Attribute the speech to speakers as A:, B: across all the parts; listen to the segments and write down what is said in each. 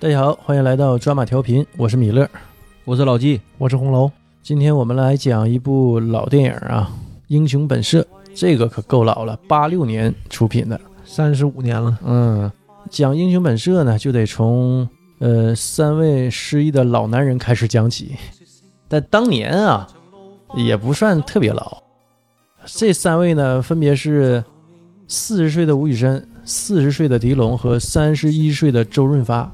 A: 大家好，欢迎来到抓马调频，我是米勒，
B: 我是老纪，
C: 我是红楼。
A: 今天我们来讲一部老电影啊，《英雄本色》，这个可够老了，八六年出品的。
C: 三十五年了，
A: 嗯，讲《英雄本色》呢，就得从呃三位失意的老男人开始讲起。但当年啊，也不算特别老。这三位呢，分别是四十岁的吴宇森、四十岁的狄龙和三十一岁的周润发。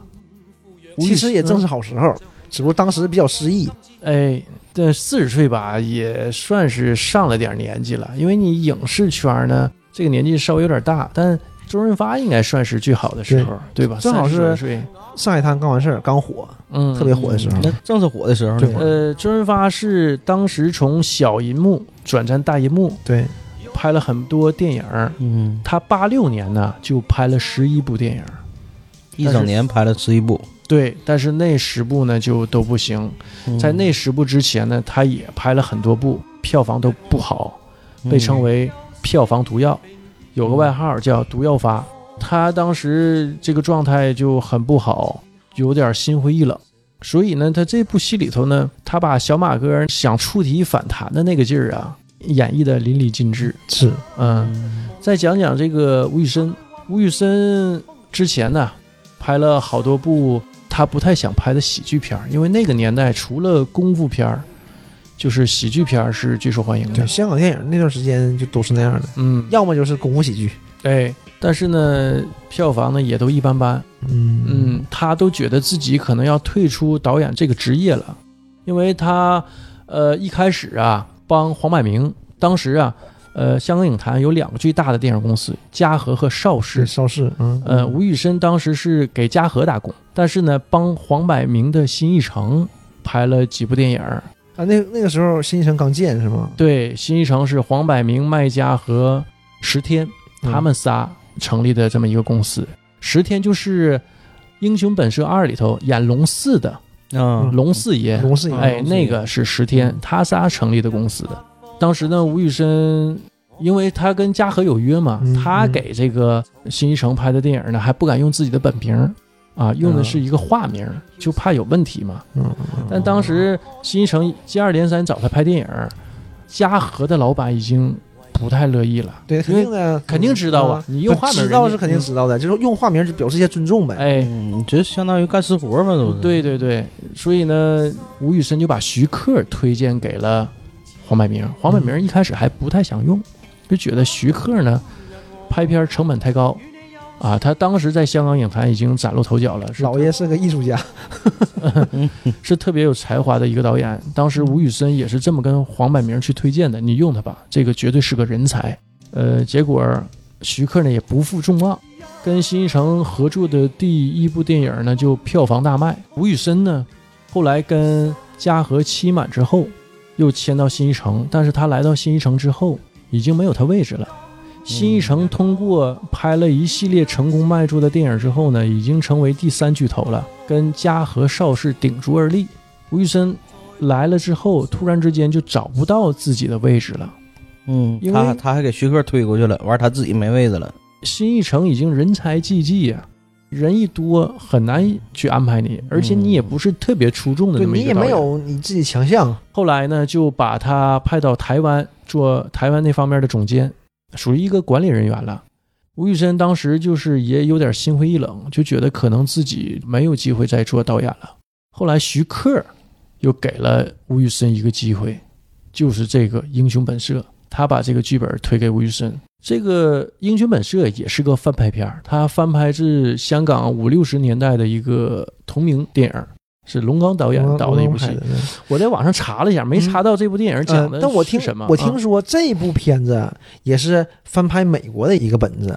A: 吴宇
C: 其实也正
A: 森
C: 是好时
A: 嗯
C: 候，只不过当时比较失意。
A: 哎，这四十岁吧，也算是上了点年纪了。因为你影视圈呢，这个年纪稍微有点大，但周润发应该算是最好的时候，对吧？
C: 正好是
A: 32岁，
C: 上海滩刚完事儿，刚火，
A: 嗯，
C: 特别火的时候
B: 那正是火的时候那会儿，
A: 呃，周润发是当时从小银幕转战大银幕，
C: 对，
A: 拍了很多电影儿。
B: 嗯，
A: 他八六年呢就拍了十一部电影儿，
B: 一整年拍了十一部，
A: 对，但是那十部呢就都不行。在那十部之前呢，他也拍了很多部，票房都不好，嗯被称
B: 为
A: 为票房毒药，有个外号叫“毒药发”。他当时这个状态就很不好，有点心灰意冷。所以呢，他这部戏里头呢，他把小马哥想触底反弹的那个劲儿啊，演绎的淋漓尽致。
C: 是
A: 嗯，再讲讲这个吴宇森。吴宇森之前呢，拍了好多部他不太想拍的喜剧片儿，因为那个年代除了功夫片儿，就是喜剧片儿是最受欢迎的
C: 对。香港电影那段时间就都是那样的，
A: 嗯，
C: 要么就是功夫喜剧，
A: 哎，但是呢，票房呢也都一般般。
C: 嗯
A: 嗯，他都觉得自己可能要退出导演这个职业了，因为他呃一开始啊帮黄百鸣，当时啊呃香港影坛有两个最大的电影公司嘉禾和邵氏
C: 是，邵氏，嗯
A: 呃，吴宇森当时是给嘉禾打工，但是呢，帮黄百鸣的新艺城拍了几部电影儿。
C: 啊，那那个时候新一城刚建是吗？
A: 对，新艺城是黄百鸣、麦嘉和石天
C: 嗯
A: 他们仨成立的这么一个公司。石天就是《英雄本色二》里头演龙四的
B: 啊，
A: 龙四爷，
C: 龙四爷嗯
A: 哎，
B: 龙四爷
A: 那个是石天，他仨成立的公司的。当时呢，吴宇森。因为他跟嘉禾有约嘛，
C: 嗯
A: 他
C: 嗯
A: 给这个新艺城拍的电影呢，还不敢用自己的本名儿，啊，用的是一个化名儿，就怕有问题嘛。
C: 嗯，
A: 但当时新一城接二连三找他拍电影儿，嘉禾的老板已经不太乐意了，
C: 对，肯定的，
A: 肯定知道啊
C: 嗯
A: 你用化名
C: 知道
A: 人家嗯
C: 是肯定知道的，就是用化名就表示一些尊重呗。
A: 哎，
B: 嗯，这相当于干私活嘛，都是，
A: 对对对，所以呢，吴宇森就把徐克推荐给了黄百鸣。黄百鸣一开始还不太想用，就觉得徐克呢拍片儿成本太高。啊，他当时在香港影坛已经崭露头角了，是
C: 老爷是个艺术家，
A: 是特别有才华的一个导演。当时吴宇森也是这么跟黄百鸣去推荐的，你用他吧，这个绝对是个人才。呃，结果徐克呢也不负众望，跟新艺城合作的第一部电影呢就票房大卖。吴宇森呢后来跟嘉禾期满之后，又迁到新艺城，但是他来到新艺城之后，已经没有他位置了。新艺城通过拍了一系列成功卖座的电影之后呢，已经成为第三巨头了，跟嘉禾、邵氏鼎足而立。吴宇森来了之后，突然之间就找不到自己的位置了。
B: 嗯，
A: 因为
B: 他他还给徐克推过去了，完他自己没位置了，
A: 新艺城已经人才济济呀、人一多很难去安排你，而且你也不是特别出众的
C: 嗯对
A: 那么
C: 你
A: 一
C: 也
A: 个导
C: 没
A: 演。
C: 有你自己强项，
A: 后来呢，就把他派到台湾做台湾那方面的总监，属于一个管理人员了。吴宇森当时就是也有点心灰意冷，就觉得可能自己没有机会再做导演了。后来徐克又给了吴宇森一个机会，就是这个《英雄本色》，他把这个剧本推给吴宇森。这个《英雄本色》也是个翻拍片儿，它翻拍自香港五六十年代的一个同名电影，是龙刚导演导的一部戏
C: 拍。的
A: 我在网上查了一下，没查到这部电影讲的、
C: 呃但我听
A: 什么？啊
C: 我听说这部片子也是翻拍美国的一个本子，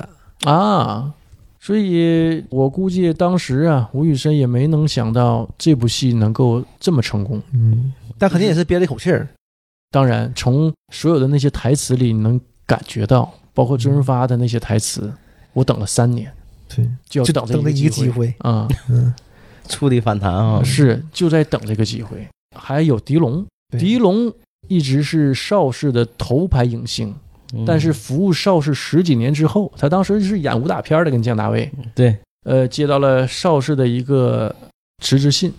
A: 啊啊，所以我估计当时啊，吴宇森也没能想到这部戏能够这么成功。
C: 嗯，但肯定也是憋了一口气儿，
A: 当然，从所有的那些台词里，你能感觉到，包括周润发的那些台词，我等了三年
C: 对，
A: 就要
C: 嗯就
A: 等这
C: 等着一个机
A: 会
C: 会，
A: 啊、
C: 嗯，
B: 触底反弹啊，
A: 是就在等这个机会。还有狄龙，
C: 对
A: 狄龙一直是邵氏的头牌影星。
B: 嗯
A: 但是服务邵氏十几年之后，他当时是演武打片儿的，跟姜大卫。
B: 对，
A: 呃，接到了邵氏的一个辞职信，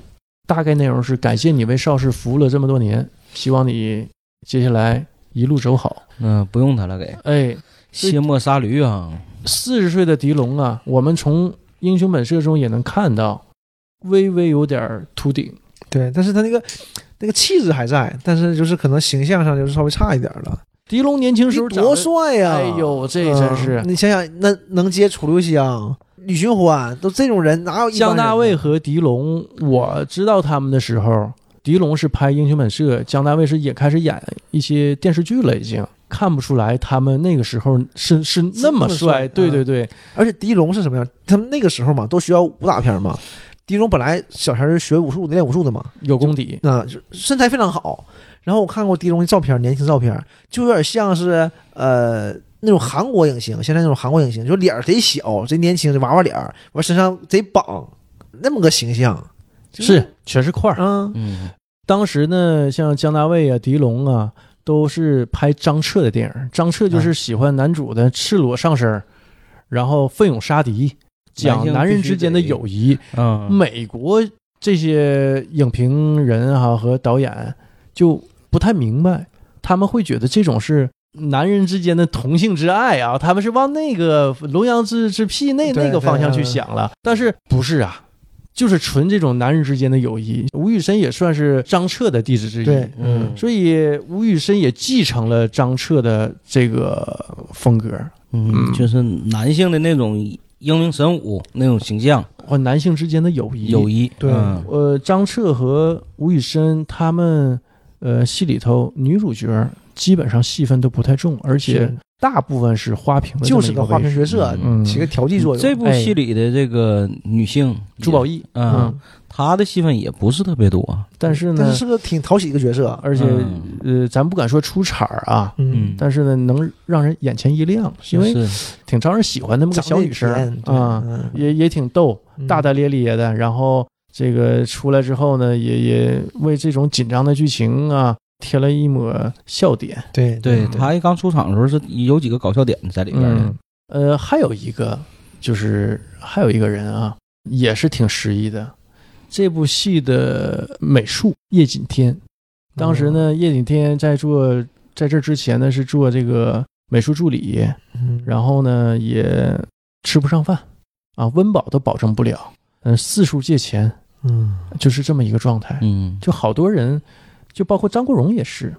A: 大概内容是感谢你为邵氏服务了这么多年，希望你接下来一路走好。
B: 嗯，不用他了，给
A: 哎，
B: 卸磨杀驴啊，
A: 四十岁的狄龙啊，我们从《英雄本色》中也能看到，微微有点儿秃顶。
C: 对，但是他那个那个气质还在，但是就是可能形象上就是稍微差一点了。
A: 狄龙年轻时候
C: 你
A: 长
C: 多
A: 得，
C: 帅呀、
A: 哎呦，这真是
C: 嗯你想想，那能接楚留香、吕寻欢，都这种人，哪有一般
A: 姜
C: 人呢
A: 大卫和狄龙，我知道他们的时候，狄龙是拍《英雄本色》，姜大卫是也开始演一些电视剧了，已经看不出来他们那个时候是是那么
C: 这么帅
A: 帅。对
C: 嗯
A: 对对，
C: 而且狄龙是什么样？他们那个时候嘛，都需要武打片嘛。狄龙本来小前是学武术、练武术的嘛，
A: 有功底。
C: 那、就身材非常好。然后我看过狄龙的照片，年轻照片，就有点像是呃那种韩国影星，现在那种韩国影星，就脸儿贼小、贼年轻、这娃娃脸儿，完身上贼绑，那么个形象。就是
A: 是，全是块儿。
C: 嗯，
B: 嗯，
A: 当时呢，像姜大卫啊、狄龙啊，都是拍张彻的电影。张彻
C: 嗯
A: 就是喜欢男主的赤裸上身儿，然后奋勇杀敌，讲男人之间的友谊。
B: 嗯，
A: 美国这些影评人哈、和导演就不太明白，他们会觉得这种是男人之间的同性之爱啊，他们是往那个龙阳之之癖那
C: 对
A: 那个方向去想了，但是不是啊？就是纯这种男人之间的友谊。吴宇森也算是张彻的弟子之
C: 对
A: 一，
B: 嗯
A: 所以吴宇森也继承了张彻的这个风格。
B: 嗯，就是男性的那种英明神武那种形象，
A: 和男性之间的友谊，
B: 友谊，
C: 对
B: 嗯
A: 呃，张彻和吴宇森他们呃戏里头女主角基本上戏份都不太重，而且
C: 是
A: 大部分是花瓶的这
C: 就
A: 么一
C: 是
A: 个
C: 个花瓶
A: 位置
C: 角色，
A: 嗯
C: 起个调剂作用。
B: 这部戏里的这个女性
A: 朱哎宝义，
B: 嗯，
A: 嗯，
B: 她的戏份也不是特别多，啊
A: 但是
C: 但
A: 呢
C: 是，是个挺讨喜一个角色。
A: 而且
B: 嗯
A: 呃，咱不敢说出彩儿啊，
B: 嗯
A: 但是呢，能让人眼前一亮，因为
B: 是
A: 挺招人喜欢那么个
C: 长
A: 小
C: 得
A: 女生
C: 甜对
A: 啊，
C: 嗯
A: 也也挺逗，大大咧咧的，然后这个出来之后呢，也也为这种紧张的剧情啊添了一抹笑点。
C: 对
B: 对
C: 对
B: 她一刚出场的时候是有几个搞笑点在里边的，
A: 嗯。呃，还有一个就是还有一个人啊，也是挺失意的。这部戏的美术叶锦添，当时呢，叶锦添在做在这之前呢是做这个美术助理，
C: 嗯
A: 然后呢也吃不上饭啊，温饱都保证不了，嗯、四处借钱，
C: 嗯
A: 就是这么一个状态。
B: 嗯，
A: 就好多人，就包括张国荣也是。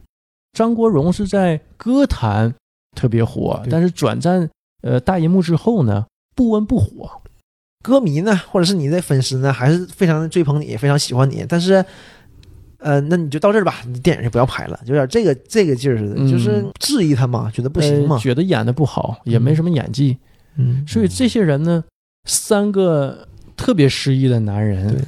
A: 张国荣是在歌坛特别火，
C: 对
A: 但是转战呃大银幕之后呢，不温不火。
C: 歌迷呢，或者是你的粉丝呢，还是非常追捧你，非常喜欢你。但是，呃，那你就到这儿吧，你电影就不要拍了，有点这个这个劲儿似的，
A: 嗯
C: 就是质疑他嘛，觉得不行
A: 呃
C: 嘛。
A: 觉得演的不好，也没什么演技，
C: 嗯，
A: 所以这些人呢，三个特别失意的男人
C: 对，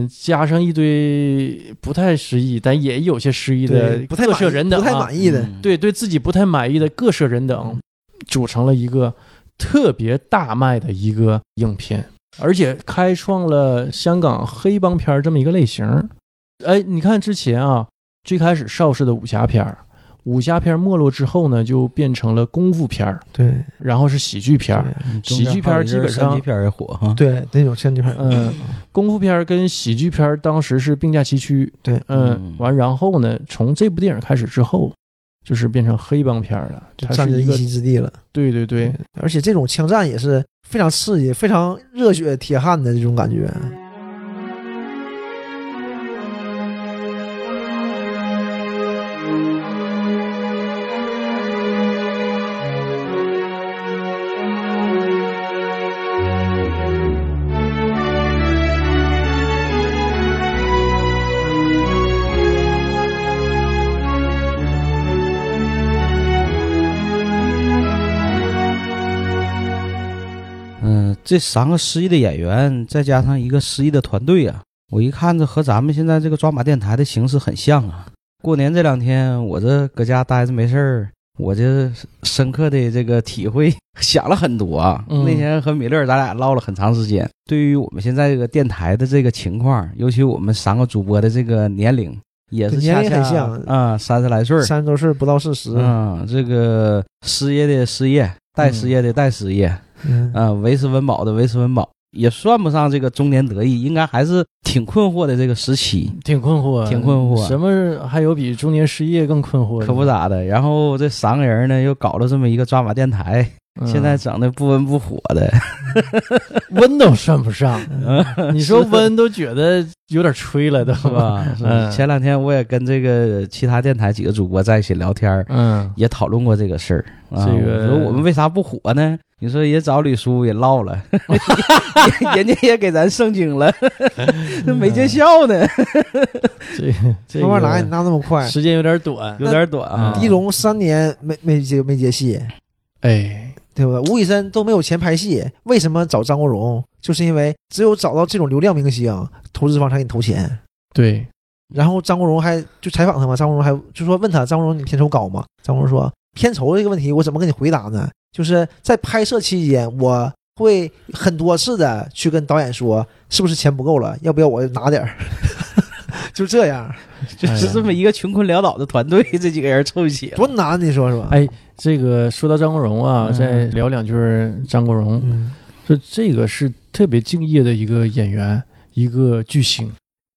A: 呃，加上一堆不太失意，但也有些失意的
C: 对，不太
A: 各
C: 满
A: 色
C: 意，
A: 人等、
C: 不
A: 啊，
C: 太满意的。
B: 嗯，
A: 对对自己不太满意的各色人
C: 嗯
A: 等，组成了一个特别大卖的一个影片，而且开创了香港黑帮片儿这么一个类型。哎，你看之前啊，最开始邵氏的武侠片儿，武侠片儿没落之后呢，就变成了功夫片儿，
C: 对
A: 然后是喜剧片儿。
B: 嗯
A: 喜剧片儿基本上
B: 三级片儿也火哈，
C: 对，那种像女孩，
A: 嗯，功夫片儿跟喜剧片儿当时是并驾齐驱。
C: 对
A: 嗯
B: 嗯，
A: 完然后呢，从这部电影开始之后，就是变成黑帮片儿了。
C: 就
A: 它
C: 占
A: 是
C: 着
A: 一
C: 一
A: 个
C: 席之地了。
A: 对对对，
C: 而且这种枪战也是非常刺激、非常热血铁汉的这种感觉。
B: 嗯，这三个失忆的演员，再加上一个失忆的团队啊，我一看这和咱们现在这个抓马电台的形式很像啊。过年这两天，我这搁家待着没事儿，我这深刻的这个体会 想了很多啊。
A: 嗯
B: 那天和米勒儿咱俩唠了很长时间，对于我们现在这个电台的这个情况，尤其我们三个主播的这个年龄，也是
C: 对年龄
B: 恰恰
C: 很像
B: 啊，三十来岁儿，嗯
C: 三十多岁不到四十，
B: 嗯，这个失业的失业，待失业的待失业，
C: 嗯
B: 啊，维斯温饱的维斯温饱，也算不上这个中年得意，应该还是挺困惑的这个时期，
A: 挺困惑，
B: 挺困惑
A: 什么还有比中年失业更困惑的？
B: 可不咋的。然后这三个人呢，又搞了这么一个抓马电台，
A: 嗯
B: 现在整的不温不火的，
A: 温都算不上，你说温都觉得有点吹了，都
B: 嗯是？ 吧？
A: 嗯
B: 前两天我也跟这个其他电台几个主播在一起聊天儿，
A: 嗯，
B: 也讨论过这个事儿。啊、
A: 这个
B: 我说我们为啥不火呢？你说也找李叔也唠 了，人家也给咱圣经了，那没见效呢，
A: 这嗯这
C: 慢慢来，你
A: 个
C: 闹那么快。
A: 时间有点短，
B: 有点短啊。
A: 嗯
C: 狄龙三年没没接没接戏，
A: 哎，
C: 对吧？吴宇森都没有钱拍戏，为什么找张国荣？就是因为只有找到这种流量明星，啊投资方才给你投钱。
A: 对，
C: 然后张国荣还就采访他嘛，张国荣还就说问他张国荣你片酬高吗？张国荣说片酬这个问题我怎么跟你回答呢？就是在拍摄期间，我会很多次的去跟导演说，是不是钱不够了，要不要我拿点儿？ 就这样，
B: 就是这么一个穷困潦倒的团队，这几个人凑一起了。
C: 多难，你说说？
A: 哎这个说到张国荣啊，
B: 嗯
A: 再聊两句张国荣，
C: 嗯，
A: 说这个是特别敬业的一个演员，一个巨星，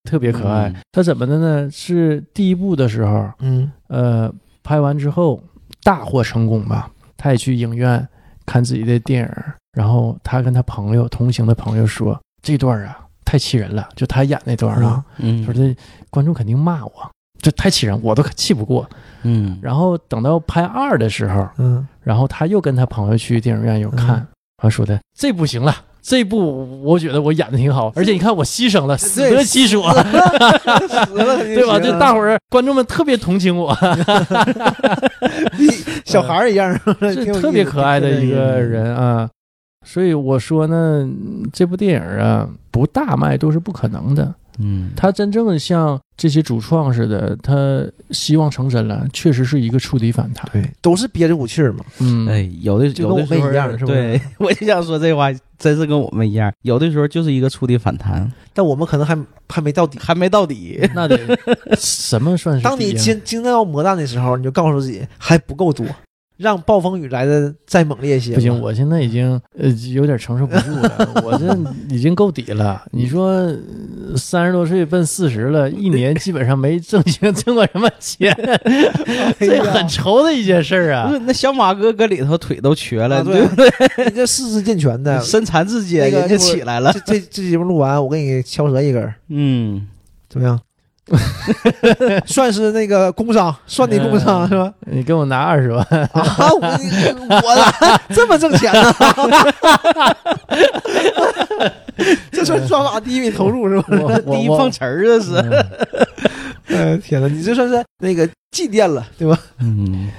A: 特别可爱
B: 嗯。
A: 他怎么的呢？是第一部的时候，
C: 嗯
A: 呃，拍完之后大获成功吧，他也去影院看自己的电影，然后他跟他朋友同行的朋友说，这段儿啊太气人了，就他演那段儿啊，
B: 嗯
A: 说这观众肯定骂我，这太气人，我都气不过。
B: 嗯，
A: 然后等到拍二的时候，
C: 嗯，
A: 然后他又跟他朋友去电影院有看，
C: 嗯
A: 完说的这不行了。这部我觉得我演的挺好，而且你看我牺牲了，死
C: 对
A: 得其所，
C: 嗯 死了肯定
A: 对吧？
C: 行
A: 这大伙儿观众们特别同情我，
C: 小孩儿 一样，挺有
A: 是
C: 意思
A: 特别可爱的一个
C: 挺有意思嗯
A: 人啊。所以我说呢，嗯这部电影啊，不大卖都是不可能的。
B: 嗯，
A: 他真正像这些主创似的，他希望成真了，确实是一个触底反弹。
C: 对，都是憋着股气儿嘛。
A: 嗯，
B: 哎，有的
C: 就
B: 有
C: 跟
B: 的
C: 我们
B: 时候
C: 一样是不是
B: 对， 我就想说这话，真是跟我们一样，有的时候就是一个触底反弹，
C: 但我们可能还还没到底。
B: 还没到底。
A: 那得什么算是、啊
C: 当你
A: 经，
C: 经经到磨难的时候，你就告诉自己还不够多，让暴风雨来的再猛烈一些吧。
A: 不行，我现在已经呃有点承受不住了，我这已经够底了。你说三十多岁奔四十了，一年基本上没挣 钱挣过什么钱，
C: 哎
A: 这
C: 呀
A: 很愁的一件事儿啊。
B: 不是，那小马哥搁里头腿都瘸了，
C: 啊
B: 对
C: 对
B: 不对？，
C: 你这四肢健全的
B: 身残志坚，
C: 那个
B: 人家
C: 一会儿
B: 起来了。
C: 这这这节目录完，我给你敲折一根儿，
B: 嗯，
C: 怎么样？ 算是那个工伤，算你工伤
A: 嗯
C: 是吧？
A: 你给我拿二十万，
C: 啊，我我咋这么挣钱呢？ 这算抓马第一笔投入是吧？
A: 我我
B: 第一
A: 我
B: 碰瓷儿这是。
A: 嗯
C: 哎天哪，你这算是那个祭奠了，对吧？
B: 嗯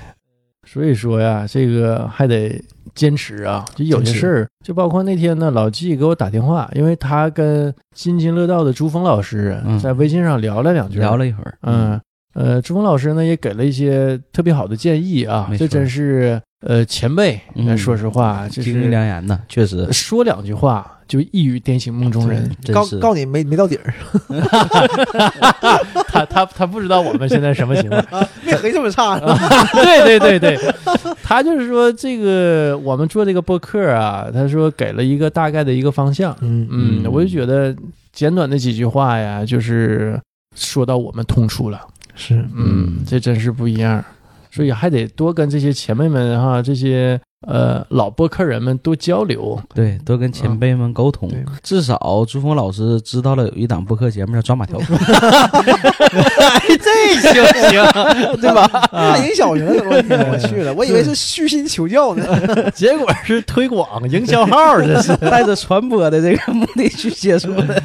A: 所以说呀，这个还得坚持啊。就有些
C: 坚持
A: 事儿，就包括那天呢，老纪给我打电话，因为他跟津津乐道的朱峰老师
B: 嗯
A: 在微信上聊了两句，
B: 聊，了一会儿。
A: 嗯。呃，朱峰老师呢也给了一些特别好的建议啊
B: 没，错
A: 这真是呃前辈，
B: 嗯
A: 呃说实话，就
B: 金玉
A: 是
B: 良言呐，确实，
A: 说两句话就一语点醒梦中人。
B: 真
C: 告
B: 是
C: 告你没没到底儿，
A: 他他他不知道我们现在什么情况，
C: 没黑这么 差。
A: 对对对对，他就是说这个我们做这个播客啊，他说给了一个大概的一个方向。
C: 嗯
A: 嗯，
B: 嗯
A: 我就觉得简短的几句话呀，就是说到我们痛处了。
C: 是，
A: 嗯
B: 嗯，
A: 这真是不一样，所以还得多跟这些前辈们哈，这些呃老播客人们多交流。
B: 对，多跟前辈们沟通。
C: 对
B: 至少朱峰老师知道了有一档播客节目叫《抓马条 客》，
A: 这哎行行，
C: 对吧？大营小学的问题，我去 了，我以为是虚心求教 呢。
A: 结果是推广营销号，这是。
B: 带着传播的这个目的去接触的。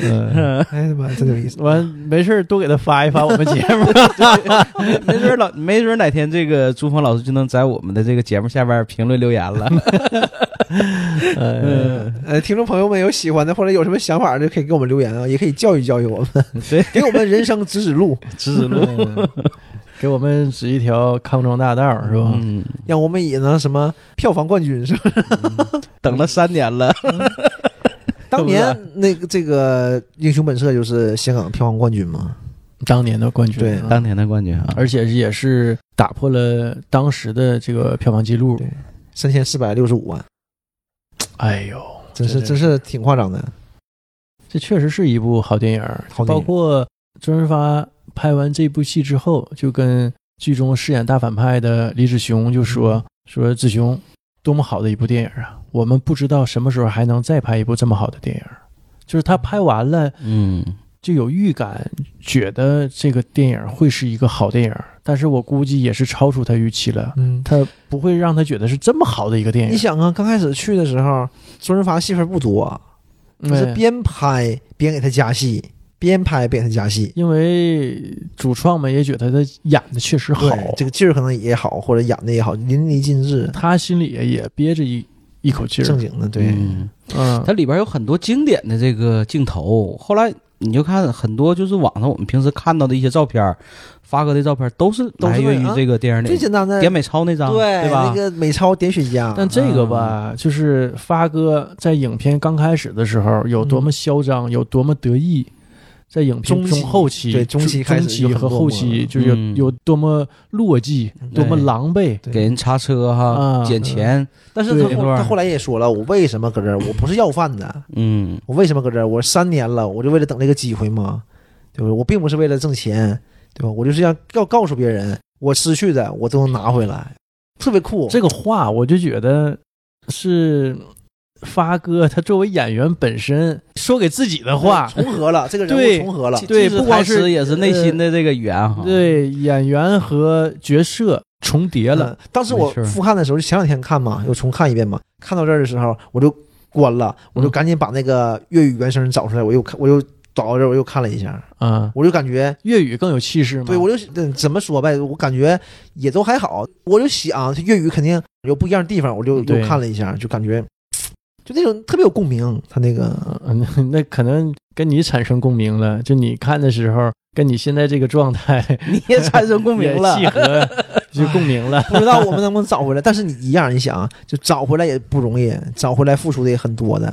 A: 嗯，
C: 哎他妈，真有意思。
A: 完没事儿多给他发一发我们节 目。
B: 没准儿老，没准儿哪天这个朱峰老师就能在我们的这个节目下边评论留言 了。
A: 嗯，
C: 呃，听众朋友们有喜欢的或者有什么想法的，可以给我们留言啊，也可以教育教育我们，
B: 对，
C: 给我们人生指指路，
B: 指指路，
A: 给我们指一条康庄大道是吧？
B: 嗯，
C: 让我们也能什么票房冠军是吧？
B: 等了三年 了，
C: 当年那个这个《英雄本色》就是香港票房冠军嘛。
A: 当年的冠军，
C: 对
A: 嗯
B: 当年的冠军啊，
A: 而且也是打破了当时的这个票房记录
C: 对。三千四百六十五万，
A: 哎呦，
C: 真是
A: 这
C: 真是挺夸张的。
A: 这确实是一部好电影儿，
C: 好电
A: 包
C: 影
A: 括周润发拍完这部戏之后，就跟剧中饰演大反派的李志雄就说：“说志雄，多么好的一部电影啊！我们不知道什么时候还能再拍一部这么好的电影儿。”就是他拍完了，
B: 嗯，
A: 就有预感，觉得这个电影会是一个好电影儿，但是我估计也是超出他预期了。
C: 嗯，
A: 他不会让他觉得是这么好的一个电
C: 你
A: 影，
C: 想啊，刚开始去的时候，周润发戏份不多，他是
A: 对
C: 边拍边给他加戏，边拍边给他加戏。
A: 因为主创们也觉得他演的确实好，
C: 对这个劲儿可能也好，或者演的也好，淋漓尽致，
A: 他心里也憋着一一口气
C: 正
A: 儿。
C: 经的。对，
B: 嗯
A: 嗯，
B: 它里边有很多经典的这个镜头，后来你就看很多就是网上我们平时看到的一些照片，发哥的照片都是
C: 都
B: 来
C: 是为
B: 源于
C: 啊
B: 这个电影
C: 最
B: 里，
C: 简单的，
B: 点美超那张，
C: 对
B: 吧
C: 那？个美超点雪茄，
A: 但这个吧，就是发哥在影片刚开始的时候有多么嚣张，有多么得意，在影片
C: 中期
A: 中后期、
C: 对中期开
A: 中
C: 始
A: 期
C: 有很
A: 和
C: 多
A: 后期
C: 了
A: 就有、
B: 嗯
A: 有多么落寂，多么
B: 对
A: 狼狈。
C: 嗯对
B: 给人擦车
A: 啊
B: 哈，捡钱，
C: 但是
A: 对
C: 他后他后来也说了，我为什么搁这儿？我不是要饭的，
B: 嗯，
C: 我为什么搁这儿？我三年了，我就为了等这个机会嘛，对吧？我并不是为了挣钱，对吧？我就是要要告诉别人，我失去的我都能拿回来，特别酷。
A: 这个话，我就觉得是发哥他作为演员本身说给自己的话。
B: 哎
C: 重合了，这个
A: 对
C: 人物重合了，
A: 对
B: 其实
A: 不光
B: 台
A: 是
B: 词也是内心的这个语言哈，，
A: 对演员和角色重叠了，
C: 嗯当时我
B: 没事儿
C: 复看的时候，就前两天看嘛，又重看一遍嘛。看到这儿的时候，我就关了，
A: 嗯
C: 我就赶紧把那个粤语原声找出来，我又看，我又找到这儿，我又看了一下，
B: 嗯
A: 啊，
C: 我就感觉，
A: 粤语更有气势嘛。
C: 对我就嗯怎么说呗，我感觉也都还好。我就想粤语肯定有不一样的地方，我就
A: 对
C: 又看了一下，就感觉就那种特别有共鸣，他那个
A: 嗯， 那那可能跟你产生共鸣了，就你看的时候，跟你现在这个状态
B: 你也 产生共鸣了
A: 也契，合，就共鸣 了。
C: 不知道我们能不能找回来。但是你一样，你想啊就找回来也不容易，找回来付出的也很多的，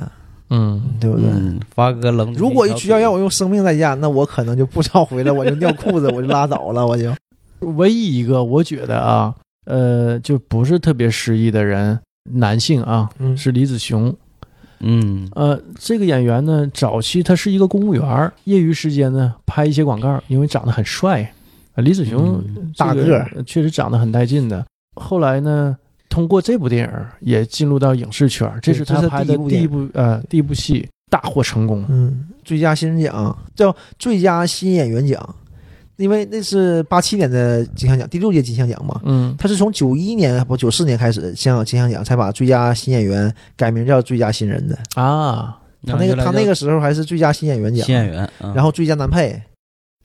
A: 嗯，
C: 对不对？
B: 嗯，发哥冷，
C: 如果需要让我用生命代价，那我可能就不找回来，我就尿裤子，我就拉倒了，我就。
A: 唯一一个我觉得啊，呃，就不是特别失意的人，男性啊，
C: 嗯
A: 是李子雄。
B: 嗯，
A: 呃，这个演员呢，早期他是一个公务员儿，业余时间呢拍一些广告，因为长得很帅。呃李子雄
B: 嗯
A: 这
C: 大个儿
A: 呃确实长得很带劲的。后来呢，通过这部电影儿也进入到影视圈儿，这
C: 对
A: 是
C: 这
A: 他
C: 是
A: 拍
C: 第
A: 的
C: 一部
A: 第一部呃第一部戏，大获成功。
C: 嗯，最佳新人奖叫最佳新演员奖，因为那是八七年的金像奖，第六届金像奖嘛。
A: 嗯
C: 他是从九一年不九四年开始，香港金像奖才把最佳新演员改名叫最佳新人的。
A: 啊，
C: 他那个他那个时候还是最佳新演员奖
B: 新，演员，嗯
C: 然后最佳男配。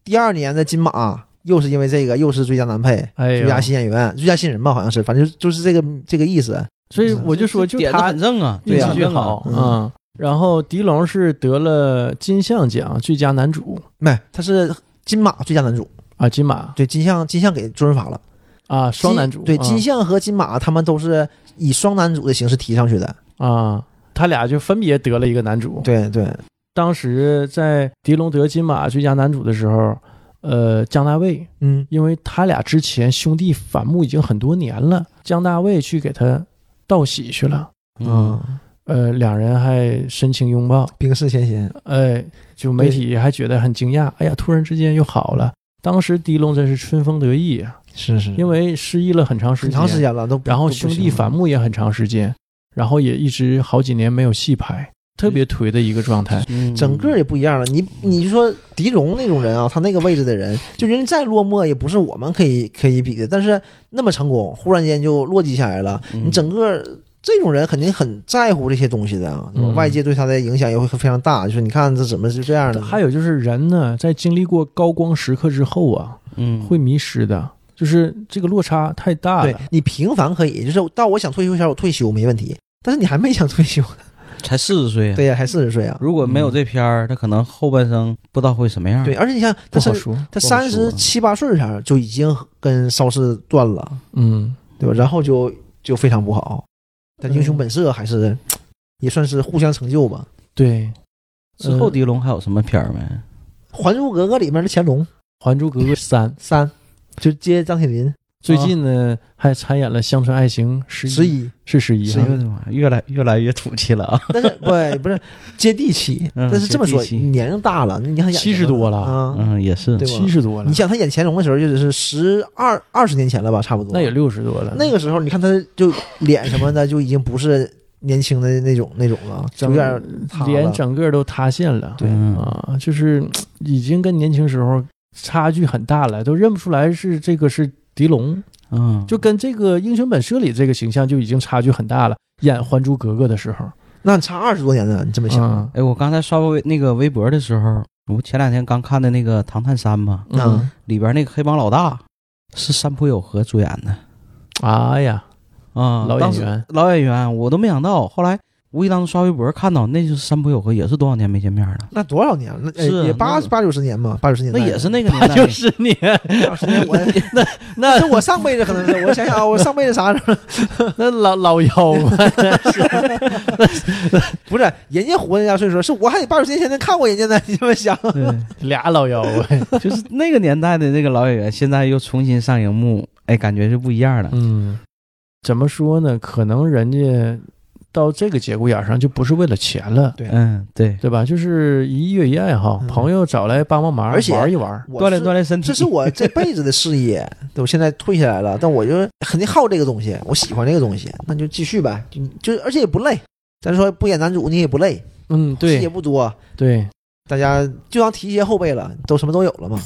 C: 第二年的金马啊又是因为这个，又是最佳男配、
A: 哎
C: 最
A: 呦，
C: 佳新演员、最佳新人吧，好像是，反正就是这个这个意思。
A: 所以我就说，就
B: 点子
A: 他
B: 很正啊，
A: 运
C: 对
A: 气
C: 啊
A: 最好
C: 嗯
A: 嗯。然后狄龙是得了金像奖最佳男主
C: 没，他是金马最佳男主，
A: 啊，金马
C: 对金像金像给周润发了
A: 啊，双男主
C: 金对
A: 啊
C: 金像和金马他们都是以双男主的形式提上去的，
A: 啊，他俩就分别得了一个男主。
C: 对对，
A: 当时在狄龙得金马最佳男主的时候，呃，姜大卫，
C: 嗯
A: 因为他俩之前兄弟反目已经很多年了，姜大卫去给他道喜去了，
B: 嗯，
A: 呃，两人还深情拥抱，
C: 冰释前嫌，
A: 哎，就媒体还觉得很惊讶，哎呀，突然之间又好了。当时狄龙真是春风得意啊，
C: 是是
A: 因为失忆了很长时
C: 嗯很
A: 间，
C: 长时间了都不，
A: 然后
C: 都不
A: 兄
C: 行
A: 弟反
C: 了，
A: 目也很长时间，然后也一直好几年没有戏拍，特别颓的一个状态。
B: 嗯
C: 哎整个也不一样了。你你就说狄龙那种人啊，他那个位置的人，就人家再落寞也不是我们可以可以比的，但是那么成功，忽然间就落寂下来了，
B: 嗯
C: 你整个这种人肯定很在乎这些东西的啊，对吧
A: 嗯
C: 外界对他的影响也会非常大。就是你看这怎么就这样的？
A: 还有就是人呢，在经历过高光时刻之后啊，
B: 嗯
A: 会迷失的，就是这个落差太大
C: 对
A: 了。
C: 你平凡可以，就是到我想退休前我退休没问题，但是你还没想退休，
B: 才四十岁啊，
C: 对呀、还四十岁啊，
B: 如果没有这片儿，他可能后半生不知道会什么样。
C: 对，，而且你看
A: 不
C: 他
A: 好
C: 是
A: 说，
C: 他
B: 嗯不好
C: 三十
B: 说
C: 七八岁前就已经跟邵氏断了，
A: 嗯，
C: 对吧？然后就就非常不好，但英雄本色还是、也算是互相成就吧。
A: 对。呃
B: 之
C: 呃
B: 后狄龙还有什么片儿没？
C: 《还珠格格》里面的乾隆
A: 《还珠格格三》
C: 三就接张铁林，
A: 最近呢，还参演了《乡村爱情》十
C: 啊十
A: 一，
C: 一，
A: 是十一啊
C: 十
A: 哈
C: 一。
B: 哎呦我的妈，越来越来越土气了啊！
C: 但是不不是接地气，
B: 嗯
C: 但是这么说
B: 接地，气
C: 年龄大了，你想演
A: 70多了
C: 啊，
B: 嗯，也是
C: 对吧
A: 七十多了
C: 你，想他演乾隆的时候，就只是十二二十年前了吧，差不多。
A: 那也六十多了，
C: 那个时候，你看他就脸什么的，就已经不是年轻的那种那种了，就
A: 整
C: 有点塌了
A: 脸整个都塌陷了。
C: 对
B: 嗯
A: 啊，就是嘖已经跟年轻时候差距很大了，都认不出来是这个是狄龙，
B: 嗯，
A: 就跟这个《英雄本色》里这个形象就已经差距很大了。演《还珠格格》的时候，
C: 那差二十多年呢，你这么想，
A: 嗯
B: 哎，我刚才刷微那个微博的时候，我前两天刚看的那个《唐探三》嘛，
A: 嗯，
B: 里边那个黑帮老大是山坡友和主演的
A: 哎呀，
B: 啊，
A: 老
B: 当
A: 演
B: 时
A: 员，
B: 老演员，我都没想到。后来无意当中刷微博看到，那就是山坡友和，也是多少年没见面了，
C: 那多少年了？哎
B: 是
C: 也八
B: 那
C: 八九十年吧，八九十年
B: 那
C: 代
B: 也是那个年代，
A: 就是 你，
C: 八九十年， 我那是我上辈子可能是，我想想啊，我上辈子啥时候？
A: 那老老妖啊怪，
C: 不是人家活那大岁数，是我还得八九十年前能看过人家呢，你这么想？
B: 对，
A: 俩老妖啊 怪，
B: 就是那个年代的那个老演员，现在又重新上荧幕，哎，感觉就不一样了。
A: 嗯，怎么说呢？可能人家到这个节骨眼上就不是为了钱了。
C: 对
B: 嗯，对，
A: 对吧？就是一乐一爱好，
C: 嗯
A: 朋友找来帮帮忙，
C: 而且
A: 玩一玩。
C: 我
B: 锻炼
C: 是
B: 锻炼身体，
C: 这是我这辈子的事业，对我现在退下来了，但我就肯定好这个东西，我喜欢这个东西，那就继续呗，就就而且也不累。咱说不演男主，你也不累，
A: 嗯，
C: 戏也
A: 对
C: 不多，
A: 对，
C: 大家就当提携后辈了，都什么都有了嘛。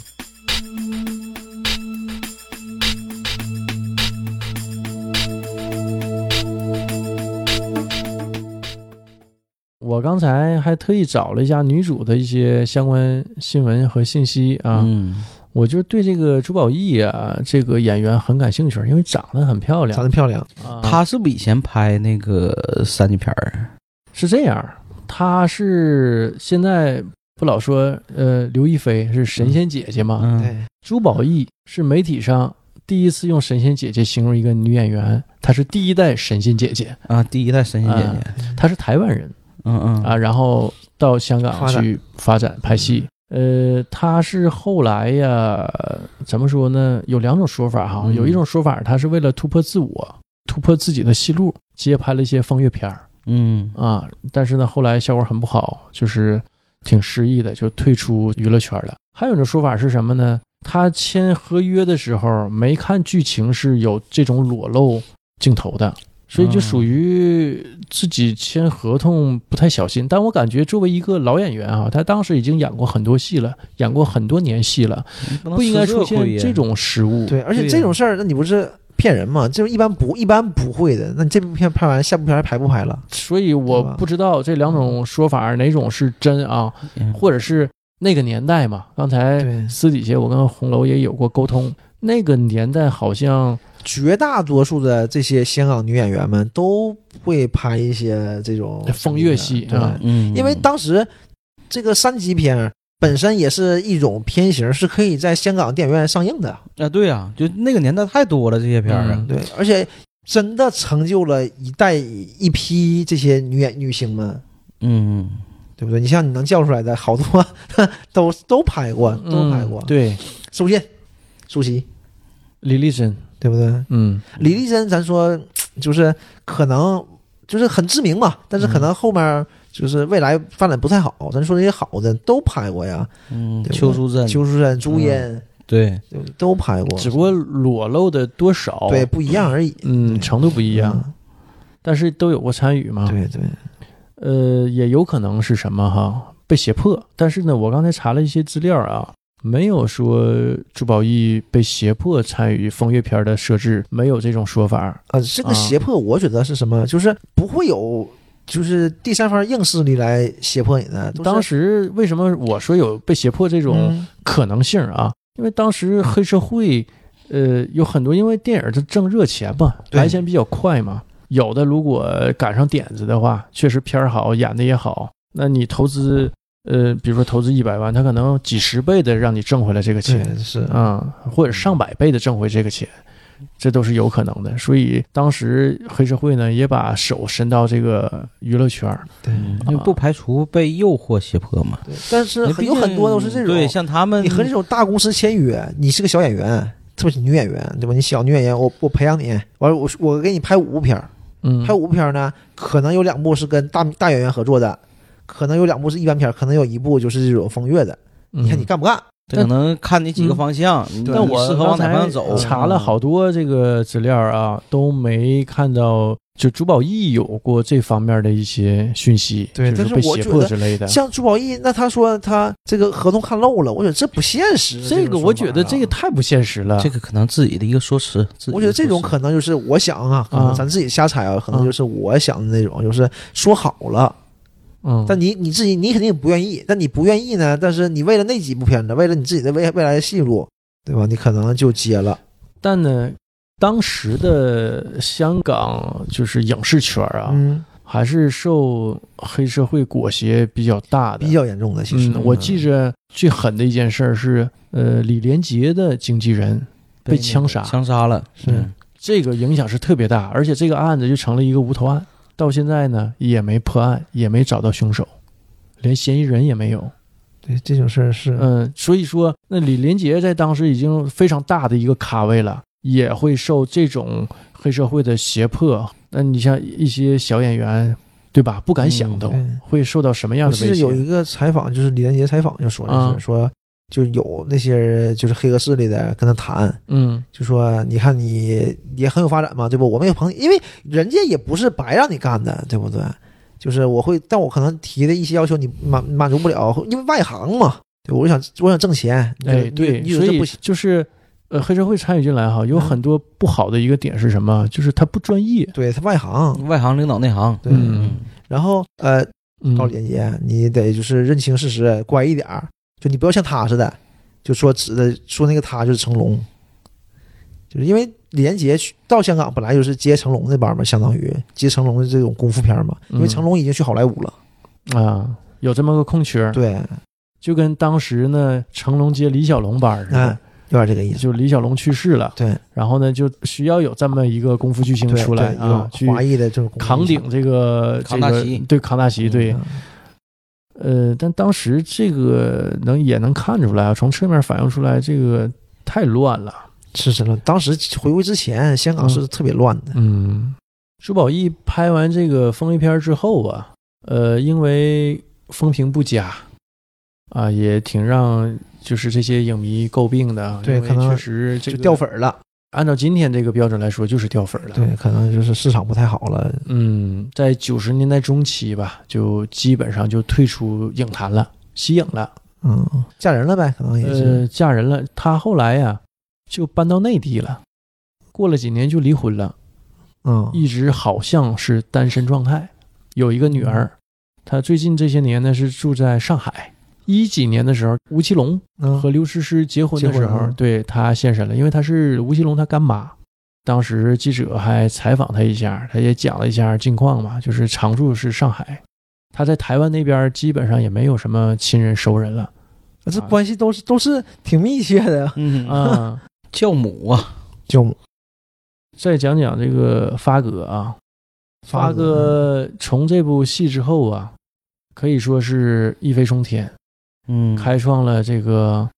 A: 我刚才还特意找了一下女主的一些相关新闻和信息啊，
B: 嗯，
A: 我就对这个朱宝意啊这个演员很感兴趣，因为长得很漂亮
C: 长。得漂亮，
A: 啊
B: 他是不是以前拍那个三级片儿？
A: 是这样，他是现在不老说呃刘亦菲是神仙姐姐嘛，
B: 嗯，
C: 对，
A: 朱宝意是媒体上第一次用神仙姐姐形容一个女演员，她是第一代神仙姐姐，
B: 啊，第一代神仙姐姐，
A: 她是台湾人。
B: 嗯嗯
A: 啊，然后到香港
C: 发展
A: 去发展拍戏。呃，他是后来呀，怎么说呢？有两种说法哈，
B: 嗯
A: 有一种说法，他是为了突破自我，突破自己的戏路，接拍了一些风月片儿
B: 嗯
A: 啊。但是呢，后来效果很不好，就是挺失意的，就退出娱乐圈了。还有一种说法是什么呢？他签合约的时候没看剧情是有这种裸露镜头的，所以
C: 嗯
A: 就属于自己签合同不太小心。但我感觉作为一个老演员啊，他当时已经演过很多戏了，演过很多年戏了，不应该出现这。种失误。
C: 对，而且
B: 对
C: 这
B: 呀
C: 种事儿，那你不是骗人吗？这种一般不一般不会的。那你这部片拍完，下部片还排不排了？
A: 所以我
C: 对吧
A: 不知道这两种说法哪种是真啊，或者是那个年代嘛。刚才
C: 对，
A: 私底下我跟红楼也有过沟通，那个年代好像
C: 绝大多数的这些香港女演员们都会拍一些这种
A: 风月戏
C: 对
A: 啊
C: 吧？
B: 嗯，
C: 因为当时这个三级片儿本身也是一种片型，是可以在香港电影院上映的。
B: 啊，对呀，就那个年代太多了这些片儿啊
A: 嗯，
C: 对，而且真的成就了一代一批这些女演女星们，
B: 嗯，
C: 对不对？你像你能叫出来的好多 都都拍过，都拍过。
A: 嗯，对，
C: 苏欣、舒淇，
A: 李丽珍，
C: 对不对？
A: 嗯，
C: 李丽珍，咱说就是可能就是很知名嘛，但是可
A: 嗯
C: 能后面就是未来发展不太好。咱说那些好的都拍过呀，
B: 嗯，
C: 对吧
B: 邱淑贞，
C: 邱淑贞、朱茵、
B: 对，
C: 对不对都拍过，
A: 嗯只不过裸露的多少，
C: 对，不一样而已。
A: 嗯，程度不一
C: 一
A: 样，，但是都有过参与嘛。
C: 嗯对对，
A: 呃，也有可能是什么哈，被胁迫。但是呢，我刚才查了一些资料啊，没有说朱宝意被胁迫参与风月片的设置，没有这种说法。
C: 啊，这个
A: 啊
C: 胁迫，我觉得是什么？就是不会有，就是第三方硬势力来胁迫你的。都是
A: 当时为什么我说有被胁迫这种
C: 嗯
A: 可能性啊？因为当时黑社会，呃，有很多因为电影它挣热钱嘛，
C: 对
A: 来钱比较快嘛。有的如果赶上点子的话，确实片儿好，演的也好，那你投资，呃，比如说投资一百万，他可能几十倍的让你挣回来这个钱。
C: 对嗯是
A: 啊、或者上百倍的挣回这个钱，这都是有可能的。所以当时黑社会呢，也把手伸到这个娱乐圈儿，
C: 对
B: 因为不排除被诱惑胁迫嘛，
C: 对，但是
B: 嗯那
C: 很
B: 毕
C: 有很多都是
B: 竟
C: 这种。
A: 嗯
B: 对，像他们
C: 你和这种大公司签约，你是个小演员，特别是女演员，对吧？你小女演员，我我培养你，完了我我给你拍五部片儿，
A: 嗯
C: 拍，五部片儿呢，可能有两部是跟大大演员合作的，可能有两部是一般片儿，可能有一部就是这种风月的。
A: 嗯
C: 你看你干不干？
B: 可能看你几个
A: 嗯
B: 方向，你
C: 对
A: 但
B: 你
A: 我
B: 适合往哪方向走啊
A: 刚才？查了好多这个资料啊，都没看到就朱宝义有过这方面的一些讯息，
C: 对
A: 就是
C: 但
A: 被
C: 是我
A: 胁
C: 觉
A: 迫
C: 得
A: 之类的。
C: 像朱宝义，那他说他这个合同看漏了，我觉得这不现实。
A: 这个
C: 种
A: 我
C: 说
A: 觉
C: 法
A: 得
C: 啊
A: 这个太不现实了。
B: 这个可能自己的一个说辞。自己的
C: 我觉得这种
B: 说辞
C: 可能就是我想啊，可
A: 啊
C: 能咱自己瞎猜啊，可能就是我想的那种，就是说好了，
A: 嗯，
C: 但你你自己你肯定不愿意，但你不愿意呢，但是你为了那几部片子，为了你自己的未未来的戏路，对吧？你可能就接了。
A: 但呢，当时的香港就是影视圈啊，
C: 嗯，
A: 还是受黑社会裹挟比较大的。
C: 比较严重的，其实、
A: 嗯，我记着最狠的一件事儿是，呃，李连杰的经纪人被
B: 那
A: 枪
B: 个
A: 杀
B: 枪杀了，
C: 是
B: 嗯
A: 这个影响是特别大，而且这个案子就成了一个无头案，到现在呢也没破案，也没找到凶手，连嫌疑人也没有。
C: 对这种事儿是，
A: 嗯，所以说那李连杰在当时已经非常大的一个咖位了，也会受这种黑社会的胁迫。那你像一些小演员，对吧？不敢想
B: 嗯
A: 都、
C: 对
A: 会受到什么样的
C: 我记
A: 威
C: 得
A: 胁？
C: 有一个采访，就是李连杰采访就说
A: 啊
C: 的是说，就有那些就是黑恶势力的跟他谈，
A: 嗯
C: 就说你看你也很有发展嘛，对不？我们也朋友，因为人家也不是白让你干的，对不对？就是我会，但我可能提的一些要求你满满足不了，因为外行嘛，对，我想我想挣钱，你
A: 哎，
C: 你
A: 对，
C: 你
A: 所
C: 说这
A: 以
C: 不行，
A: 就是呃，黑社会参与进来哈，有
C: 嗯
A: 很多不好的一个点是什么？就是他不专业。
C: 对他外行，
B: 嗯外行领导内行。
C: 对，
A: 嗯
C: 然后呃，
A: 嗯，
C: 到李连杰，你得就是认清事实，乖一点儿，就你不要像他似的，就说指的说那个他就是成龙，就是因为李连杰去到香港本来就是接成龙那班嘛，相当于接成龙的这种功夫片嘛，
A: 嗯
C: 因为成龙已经去好莱坞了，
A: 啊，有这么个空缺儿，
C: 对，
A: 就跟当时呢成龙接李小龙班儿似
C: 嗯
A: 的，，
C: 有点这个意思，
A: 就李小龙去世了，
C: 对，
A: 然后呢就需要有这么一个功夫巨星
C: 对
A: 出来
C: 对
A: 啊，
C: 有
A: 去
C: 华裔的这种功夫
A: 扛
C: 形象
A: 顶这个这
B: 扛大
A: 个
B: 旗
A: 对扛大旗对
C: 嗯，
A: 呃，但当时这个能也能看出来啊，从侧面反映出来这个太乱了，
C: 是真的。当时回归之前，香港是特别乱的，
A: 嗯，朱宝义拍完这个风一片儿之后啊，呃，因为风评不佳啊，也挺让就是这些影迷诟病的。啊
C: 对
A: 因为
C: 可能
A: 确实这
C: 就
A: 个
C: 掉。粉儿了，
A: 按照今天这个标准来说，就是掉粉了。
C: 对，，可能就是市场不太好了，
A: 嗯，在九十年代中期吧，就基本上就退出影坛了，息影了，
C: 嗯，嫁人了呗，可能也是，
A: 呃，嫁人了。他后来呀、就搬到内地了，过了几年就离婚了。
C: 嗯，
A: 呃一直好像是单身状态，有一个女儿。她最近这些年呢是住在上海。一几年的时候，吴奇隆
C: 嗯
A: 和刘诗诗结婚的时
C: 结婚
A: 候，
C: 了
A: 对她现身了，因为她是吴奇隆他干妈。当时记者还采访她一下，她也讲了一下近况嘛，就是常住是上海，她在台湾那边基本上也没有什么亲人熟人了
C: 啊这关系都是都是挺密切的呀。
B: 嗯啊，
A: 啊。
B: 教母啊，
C: 舅母
A: 再讲讲这个发哥啊，发哥从这部戏之后啊，可以说是一飞冲天，
B: 嗯，
A: 开创了这个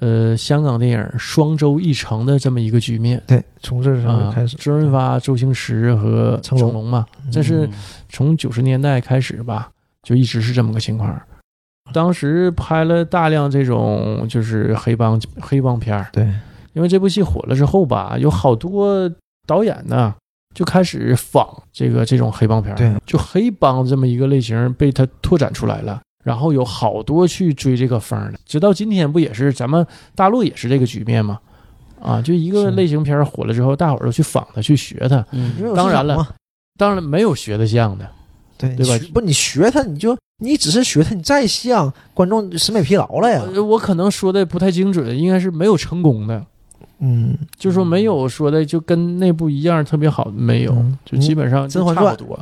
A: 呃香港电影双周一成的这么一个局面
C: 对，从这上
A: 啊。
C: 开始，
A: 周润发、周星驰和
C: 成龙嗯
A: 龙嘛，这是从九十年代开始吧，就一直是这么个情况。当时拍了大量这种就是黑帮黑帮片儿，
C: 对，
A: 因为这部戏火了之后吧，有好多导演呢就开始仿这个这种黑帮片儿，
C: 对
A: 就黑帮这么一个类型被它拓展出来了。然后有好多去追这个风儿的，直到今天不也是咱们大陆也是这个局面吗？啊，就一个
C: 是
A: 类型片儿火了之后，大伙儿都去仿它，去学它。
B: 嗯，
C: 因为有
A: 当然
C: 市场嘛，
A: 当然没有学得像的，
C: 对
A: 对吧
C: 你学不，你学他，你就你只是学他，你再像观众审美疲劳了呀。
A: 呃我可能说的不太精准，应该是没有成功的，
C: 嗯，
A: 就是说没有说的就跟那部一样特别好的没有，
C: 嗯
A: 就基本上
C: 嗯
A: 就
C: 甄嬛
A: 差
C: 传
A: 不多。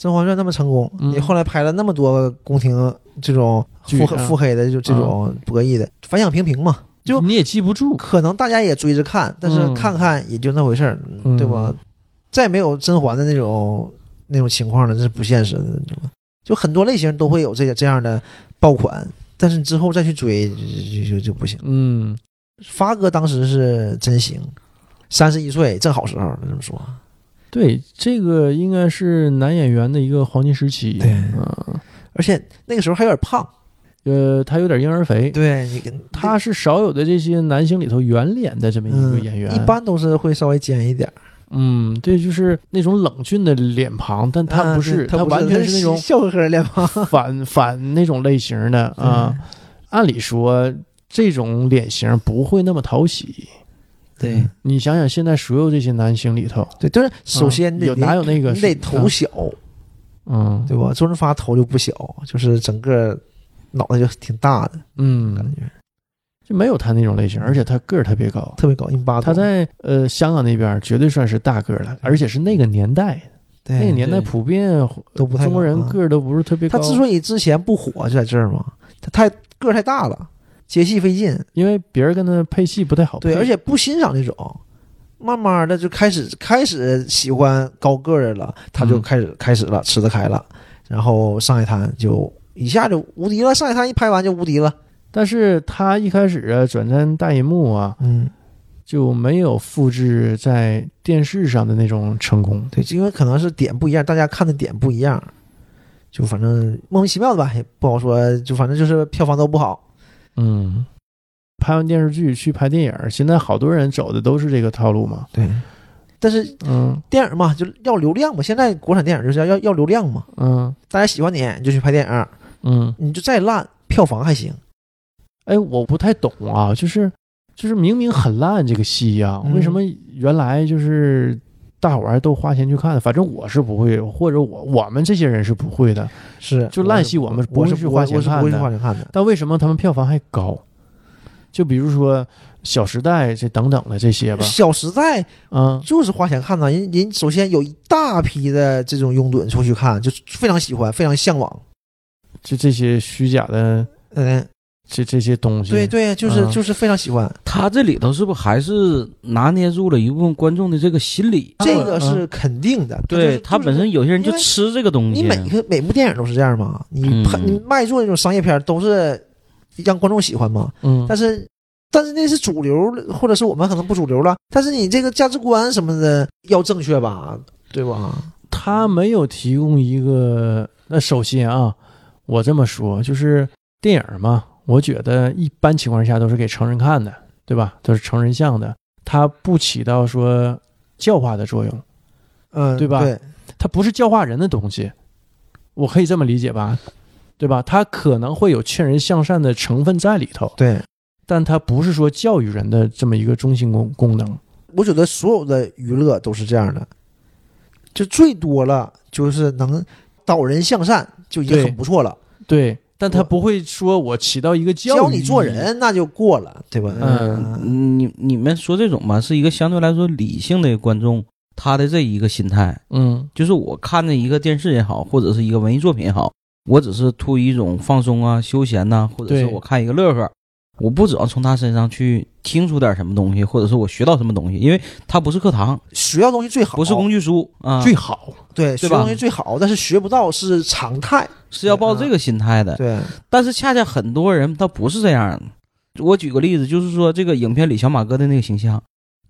C: 《甄嬛传》那么成功，
A: 嗯
C: 你后来拍了那么多宫廷这种
A: 剧
C: 腹黑
A: 啊
C: 腹黑的，就这种博弈的，反响平平嘛。就
A: 你也记不住，
C: 可能大家也追着看，但是
A: 嗯
C: 看看也就那回事儿，
A: 嗯
C: 对吧？再没有甄嬛的那种那种情况了，这是不现实的，对吧？就很多类型都会有这个这样的爆款，但是之后再去追就就就就不行。
A: 嗯，
C: 发哥当时是真行，三十一岁正好时候，这么说。
A: 对，这个应该是男演员的一个黄金时期。
C: 对
A: 嗯，
C: 而且那个时候还有点胖，
A: 呃，他有点婴儿肥，
C: 对你跟
A: 他是少有的这些男星里头圆脸的这么一个
C: 嗯
A: 演员。
C: 一般都是会稍微尖一点，
A: 嗯，对，就是那种冷峻的脸庞，但他不是，
C: 啊对他不
A: 完全是那种
C: 笑呵呵脸庞。
A: 反反那种类型 的啊。按理说，这种脸型不会那么讨喜。
B: 对，
A: 你想想，现在所有这些男星里头，
C: 对，就是首
A: 啊
C: 先你
A: 有哪有那个
C: 你
A: 是
C: 得
A: 啊
C: 头小，
A: 嗯
C: 对吧？周润发头就不小，就是整个脑袋就挺大的
A: 嗯
C: 感，觉，
A: 就没有他那种类型，而且他个儿特别高。
C: 特别高，一米八多。
A: 他在呃香港那边绝对算是大个儿了，而且是那个年代，
C: 嗯哎对
A: 那个年代
B: 对
A: 普遍
C: 都不太
A: 中国人
C: 高啊
A: 个儿都不是特别
C: 他
A: 高。
C: 之所以之前不火就在这儿嘛，他太个儿太大了，接戏费劲，
A: 因为别人跟他配戏不太好配，
C: 对，而且不欣赏这种。慢慢的就开始开始喜欢高个儿的了，他就
A: 嗯
C: 开始、开始了吃得开了，然后《上海滩》就一下就无敌了，《上海滩》一拍完就无敌了，
A: 但是他一开始啊转战大银幕啊，
C: 嗯，
A: 就没有复制在电视上的那种成功。
C: 对，因为可能是点不一样，大家看的点不一样，就反正莫名其妙的吧，也不好说，就反正就是票房都不好。
A: 嗯，拍完电视剧去拍电影，现在好多人走的都是这个套路嘛。
C: 对，但是
A: 嗯
C: 电影嘛，就要流量嘛，现在国产电影就是要要要流量嘛，
A: 嗯
C: 大家喜欢你，你就去拍电影，
A: 嗯，
C: 你就再烂，票房还行。
A: 哎，我不太懂啊，就是就是明明很烂这个戏呀、
C: 嗯
A: 为什么原来就是大伙儿还都花钱去看的？反正我是不会，或者我我们这些人是不会的。
C: 是，
A: 就烂戏我们不
C: 我
A: 会
C: 是
A: 去
C: 不
A: 花
C: 我
A: 钱
C: 是不
A: 看
C: 会去
A: 的
C: 花钱看的。
A: 但为什么他们票房还高？就比如说《小时代》这等等的这些吧，
C: 小时代
A: 嗯
C: 就是花钱看的，人人首先有一大批的这种拥趸出去看，就非常喜欢，非常向往。
A: 就这些虚假的
C: 嗯，
A: 这这些东西，
C: 对对，就是
A: 呃嗯
C: 就是非常喜欢，
B: 他这里头是不是还是拿捏住了一部分观众的这个心理？
C: 这个是肯定的。
B: 嗯对
C: 他
B: 他
C: 就是
B: 本身有些人就
C: 因为
B: 吃这个东西，啊
C: 你每个每部电影都是这样嘛？你
B: 嗯
C: 拍、你卖座那种商业片儿都是让观众喜欢嘛？
A: 嗯，
C: 但是但是那是主流，或者是我们可能不主流了。但是你这个价值观什么的要正确吧，对吧？
A: 他没有提供一个。那首先啊，我这么说就是电影嘛，我觉得一般情况下都是给成人看的，对吧？都是成人向的，它不起到说教化的作用，
C: 嗯，
A: 对吧
C: 对，
A: 它不是教化人的东西，我可以这么理解吧？对吧？它可能会有劝人向善的成分在里头，
C: 对
A: 但它不是说教育人的这么一个中心功功能。
C: 我觉得所有的娱乐都是这样的，就最多了就是能导人向善，就已经
A: 对
C: 很不错了。
A: 对，但它
C: 我
A: 不会说我起到一个教育
C: 教你做
A: 意义
C: 人那就过了，对吧？
A: 嗯
B: 你你们说这种吧，是一个相对来说理性的观众，他的这一个心态，
A: 嗯
B: 就是我看着一个电视也好，或者是一个文艺作品也好，我只是图一种放松啊、休闲呐、或者是
A: 对
B: 我看一个乐呵，我不指望从他身上去听出点什么东西，或者是我学到什么东西，因为他不是课堂，
C: 学到东西最好，
B: 不是工具书啊，
A: 最好。
C: 对，学
B: 对吧
C: 东西最好，但是学不到是常态。
B: 是要
A: 嗯
B: 抱这个心态的。
C: 对，
B: 但是恰恰很多人他不是这样的。我举个例子，就是说这个影片里小马哥的那个形象，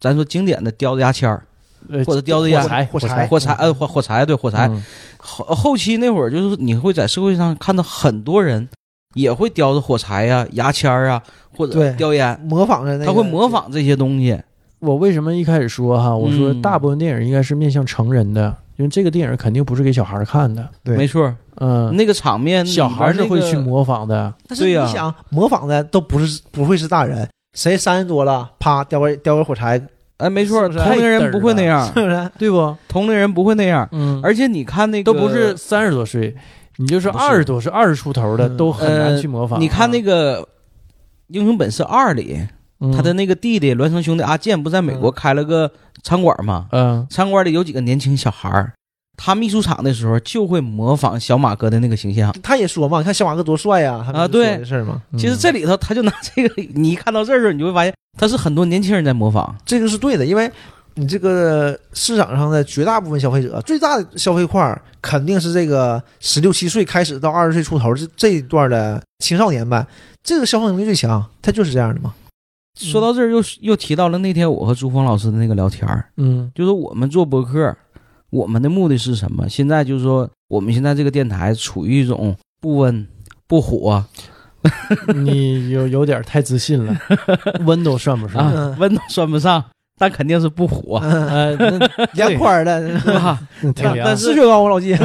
B: 咱说经典的叼着牙签儿
A: 呃
B: 或者叼着
A: 火
B: 牙
A: 柴，
C: 火
A: 柴
C: 柴
B: 火柴，呃，火火柴，对，火柴。
A: 嗯
B: 后呃后期那会儿，就是你会在社会上看到很多人也会叼着火柴呀、牙签儿啊，或
C: 对
B: 者叼烟，
C: 模仿着那个，
B: 他会模仿这些东西。
A: 我为什么一开始说哈？我说
B: 嗯
A: 大部分电影应该是面向成人的，因为这个电影肯定不是给小孩看的。
C: 对
B: 没错，
A: 嗯，
B: 那个场面，
A: 小孩是
B: 里边
A: 会
B: 那个
A: 去模仿的。
C: 但是
B: 对呀
C: 你想，模仿的都不是不会是大人，谁三十多了，啪叼个叼个火柴，是
B: 哎，没错，
C: 是不是
B: 同龄人不会那样，
C: 不 是？
A: 对不？
B: 同龄人不会那样。
A: 嗯，
B: 而且你看那个，
A: 都不是三十多岁，你就说
B: 不是呃
A: 二十多岁、二十出头的
C: 嗯
A: 都很难去模仿。
B: 你看那个《英雄本色二》里，
A: 啊嗯
B: 他的那个弟弟孪生兄弟阿健不在美国开了个餐馆吗？
A: 嗯
B: 餐馆里有几个年轻小孩儿，他秘书场的时候就会模仿小马哥的那个形象。
C: 他也说嘛，你看小马哥多帅呀，他
B: 啊
C: 不是说
B: 对
C: 这事儿嘛，
A: 嗯
B: 其实这里头，他就拿这个，你一看到这儿的时候，你就会发现他是很多年轻人在模仿。
C: 这个是对的，因为你这个市场上的绝大部分消费者，最大的消费块儿肯定是这个十六七岁开始到二十岁出头这这一段的青少年们，这个消费能力最强，他就是这样的嘛。
B: 说到这儿又又提到了那天我和朱峰老师的那个聊天儿，
A: 嗯
B: 就是我们做博客，我们的目的是什么？现在就是说，我们现在这个电台处于一种不温不火
A: 你有有点太自信了，温度算不上？
B: 啊，温度算不上，但肯定是不火，
A: 呃，那
C: 凉快儿 的，
B: 对吧？
A: 那嗯挺凉
B: 但
C: 是雪糕，我老记。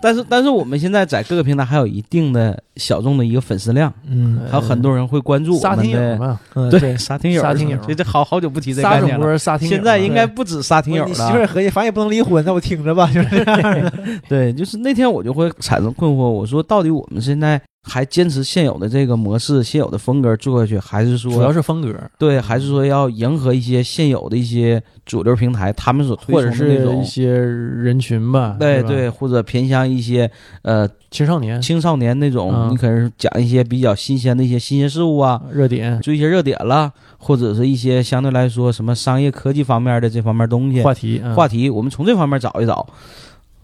B: 但是但是我们现在在各个平台还有一定的小众的一个粉丝量，
C: 嗯
B: 还有很多人会关注我
A: 嗯沙
B: 们
A: 听友
B: 的。
A: 嘛，
C: 对，
B: 对，沙听友，
A: 沙听友
B: 这这好好久不提这
A: 撒
B: 概
A: 种
B: 念了。
A: 波沙听友嘛，
B: 现在应该不止沙听友
C: 你媳妇
B: 了。
C: 儿合计，反正也不能离婚，那我听着吧，就是这样的。
B: 对，就是那天我就会产生困惑，我说到底我们现在还坚持现有的这个模式、现有的风格做下去，还是
A: 主要
B: 说
A: 是风格，
B: 对，还是说要迎合一些现有的一些主流平台他们所推
A: 或
B: 崇
A: 者
B: 的那
A: 是一
B: 种。
A: 些人群吧，
B: 对
A: 吧，
B: 对，或者偏向一些呃
A: 青少年
B: 青少年那种，
A: 嗯
B: 你可能是讲一些比较新鲜的一些新鲜事物啊，
A: 热点
B: 追一些热点啦，或者是一些相对来说什么商业科技方面的这方面东西。
A: 话题，嗯
B: 话题，我们从这方面找一找。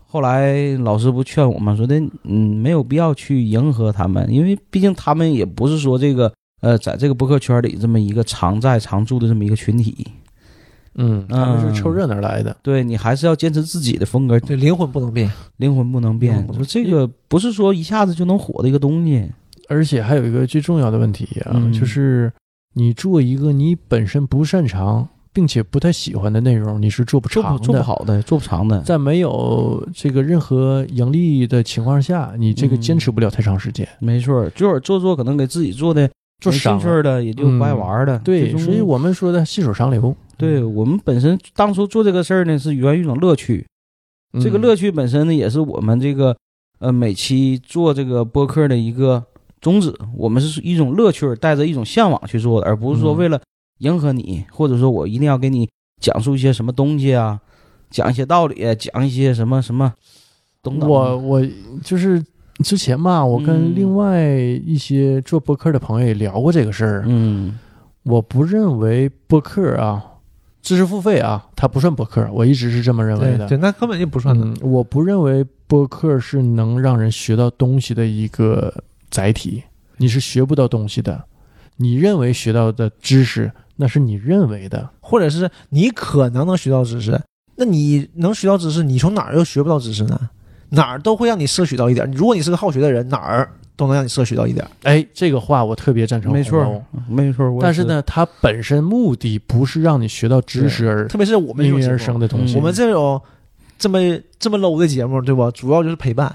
B: 后来老师不劝我嘛，说的嗯没有必要去迎合他们，因为毕竟他们也不是说这个呃在这个博客圈里这么一个常在常驻的这么一个群体，
A: 嗯，他们
B: 嗯
A: 是凑热闹来的。
B: 对你还是要坚持自己的风格，
C: 对，灵魂不能变。
B: 灵魂不能
C: 灵
B: 变
C: 魂。不
B: 就这个不是说一下子就能火的一个东西，
A: 而且还有一个最重要的问题啊，
B: 嗯
A: 就是你做一个你本身不擅长并且不太喜欢的内容，你是做不
B: 做
A: 长
B: 不
A: 的。
B: 做不好的，做不长的。
A: 在没有这个任何盈利的情况下，你这个
B: 嗯
A: 坚持不了太长时间，
B: 没错，就是做做可能给自己做的
A: 做
B: 没
A: 伤
B: 兴趣
A: 了。嗯
B: 儿的，也就不爱玩儿的。最
A: 对，
B: 终
A: 所以我们说的细水长流，
B: 对我们本身当初做这个事儿呢，是源于一种乐趣。
A: 嗯
B: 这个乐趣本身呢，也是我们这个呃每期做这个播客的一个宗旨。我们是一种乐趣，带着一种向往去做的，而不是说
A: 嗯
B: 为了迎合你，或者说我一定要给你讲述一些什么东西啊，讲一些道理，啊讲一些什么什么等等。
A: 我我就是之前嘛，我跟
B: 嗯
A: 另外一些做播客的朋友也聊过这个事儿，
B: 嗯
A: 我不认为播客啊，知识付费啊，它不算播客，我一直是这么认为的。
C: 对，那根本就不算
A: 嗯，我不认为播客是能让人学到东西的一个载体，你是学不到东西的。你认为学到的知识，那是你认为的。
C: 或者是你可能能学到知识，那你能学到知识，你从哪儿又学不到知识呢？哪儿都会让你摄取到一点儿。如果你是个好学的人，哪儿都能让你摄取到一点儿。
A: 哎，这个话我特别赞成。
B: 没错，，没错。我
A: 但是
B: 也，
A: 呢，它本身目的不是让你学到知识而
C: 特别是我们
A: 应
C: 这
A: 运而
C: 种节目，
A: 生的东西。
B: 嗯
C: 我们这种这么这么 low 的节目，对吧？主要就是陪伴，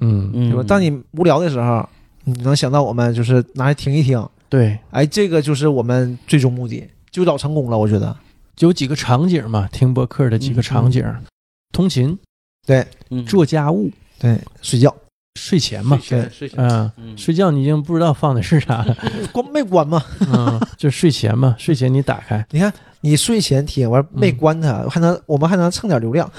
A: 嗯，
B: 嗯
C: 对吧？，当你无聊的时候，你能想到我们，就是拿来听一听。
A: 对，
C: 哎，这个就是我们最终目的，就老成功了，我觉得。
A: 有几个场景嘛，听播客的几个场景，通勤、
B: 嗯
A: 做家务、
C: 对，睡觉
A: 睡前嘛，
B: 睡前睡前
A: 嗯。
B: 嗯
A: 睡觉你已经不知道放的是啥了，
C: 关没关嘛？
A: 嗯，就睡前嘛，睡前你打 开，
C: 你睡前听完没关它，还能我们还能蹭点流量。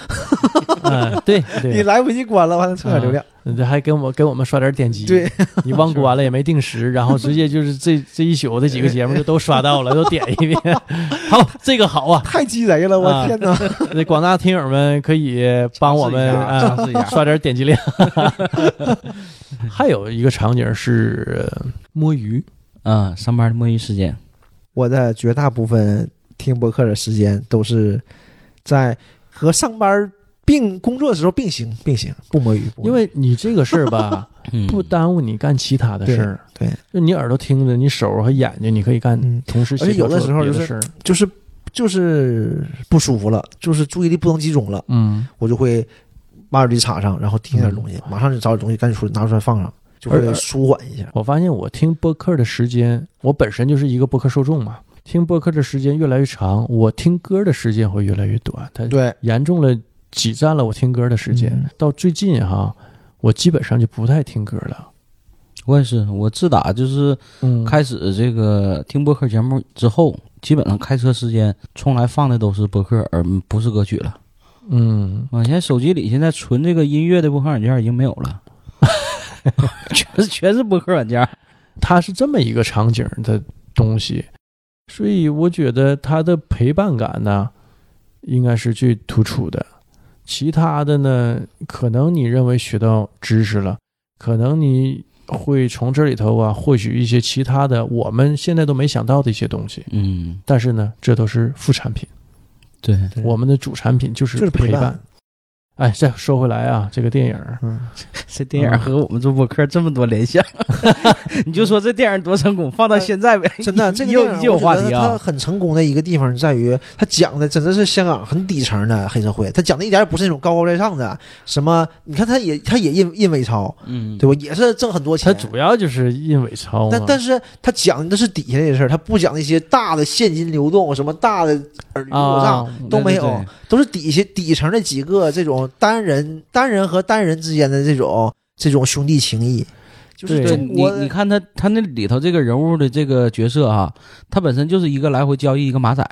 A: 嗯，对
C: 你
A: 对，啊
C: 来不及关了，我还能蹭点流量。
A: 这还给我给我们刷点点击，
C: 对，
A: 你忘关了也没定 时，然后直接就是这这一宿这几个节目就都刷到了，都点一 遍。好，这个好啊，
C: 太鸡贼了，我、
A: 啊
C: 天哪！
A: 那广大听友们可以帮我们啊
B: 尝试一下尝试一下
A: 刷点点击量。还有一个场景是呃摸鱼，
B: 啊，上班的摸鱼时间，
C: 我的绝大部分听播客的时间都是在和上班并工作的时候并行并行，不摸鱼。不摸鱼
A: 因为你这个事儿 吧，
B: 嗯
A: 不耽误你干其他的事儿。
C: 对对，
A: 就你耳朵听着，你手和眼睛你可以干
C: 嗯，
A: 同时
C: 而且
A: 协调
C: 有的
A: 做
C: 时候
A: 别
C: 就是
A: 事儿
C: 就是就是不舒服了，就是注意力不能集中了，
A: 嗯，
C: 我就会把耳机插上，然后听点东西，马上就找点东西赶紧出来拿出来放上，就
A: 而
C: 会舒缓一下。
A: 我发现我听播客的时间，我本身就是一个播客受众嘛，听播客的时间越来越长，我听歌的时间会越来越短，它
C: 对，
A: 严重了挤占了我听歌的时间。
C: 嗯
A: 到最近哈，我基本上就不太听歌了。
B: 我也是，我自打就是
A: 嗯，
B: 开始这个听播客节目之后，基本上开车时间从来放的都是播客，而不是歌曲了。
A: 嗯，
B: 我现在手机里现在存这个音乐的播客软件已经没有了， 全是全是播客软件。
A: 它是这么一个场景的东西，所以我觉得它的陪伴感呢，应该是最突出的。其他的呢，可能你认为学到知识了，可能你会从这里头啊获取一些其他的我们现在都没想到的一些东西。
B: 嗯，
A: 但是呢，这都是副产品，
B: 对，
C: 对
A: 我们的主产品就是
C: 就是陪
A: 陪
C: 伴
A: 伴。哎，再说回来啊，这个电影儿
C: 嗯，
B: 这电影和我们做播客这么多联想， 你就说这电影多成功，放到现在呗，
C: 呃真 的，这个
B: 已经
C: 电影
B: 已经有
C: 我
B: 话
C: 觉得
B: 题
C: 它
B: 啊，
C: 很成功的一个地方在于，它讲的真的是香港很底层的黑社会，它讲的一点也不是那种高高在上的什么。你看，他也他也印印伪钞，
B: 嗯，
C: 对吧？也是挣很多
A: 它
C: 钱。
A: 主要就是印伪钞嘛。啊
B: 啊
C: 但但是他讲的是底下这事儿，他不讲那些大的现金流动、什么大的尔虞我诈，
A: 啊，
C: 都没有，
B: 对对对
C: 都是底下底层的几个这种单人、单人和单人之间的这种这种兄弟情谊，就是
A: 对
B: 对
C: 中
B: 你
C: 国，
B: 你看他他那里头这个人物的这个角色啊，他本身就是一个来回交易一个马仔，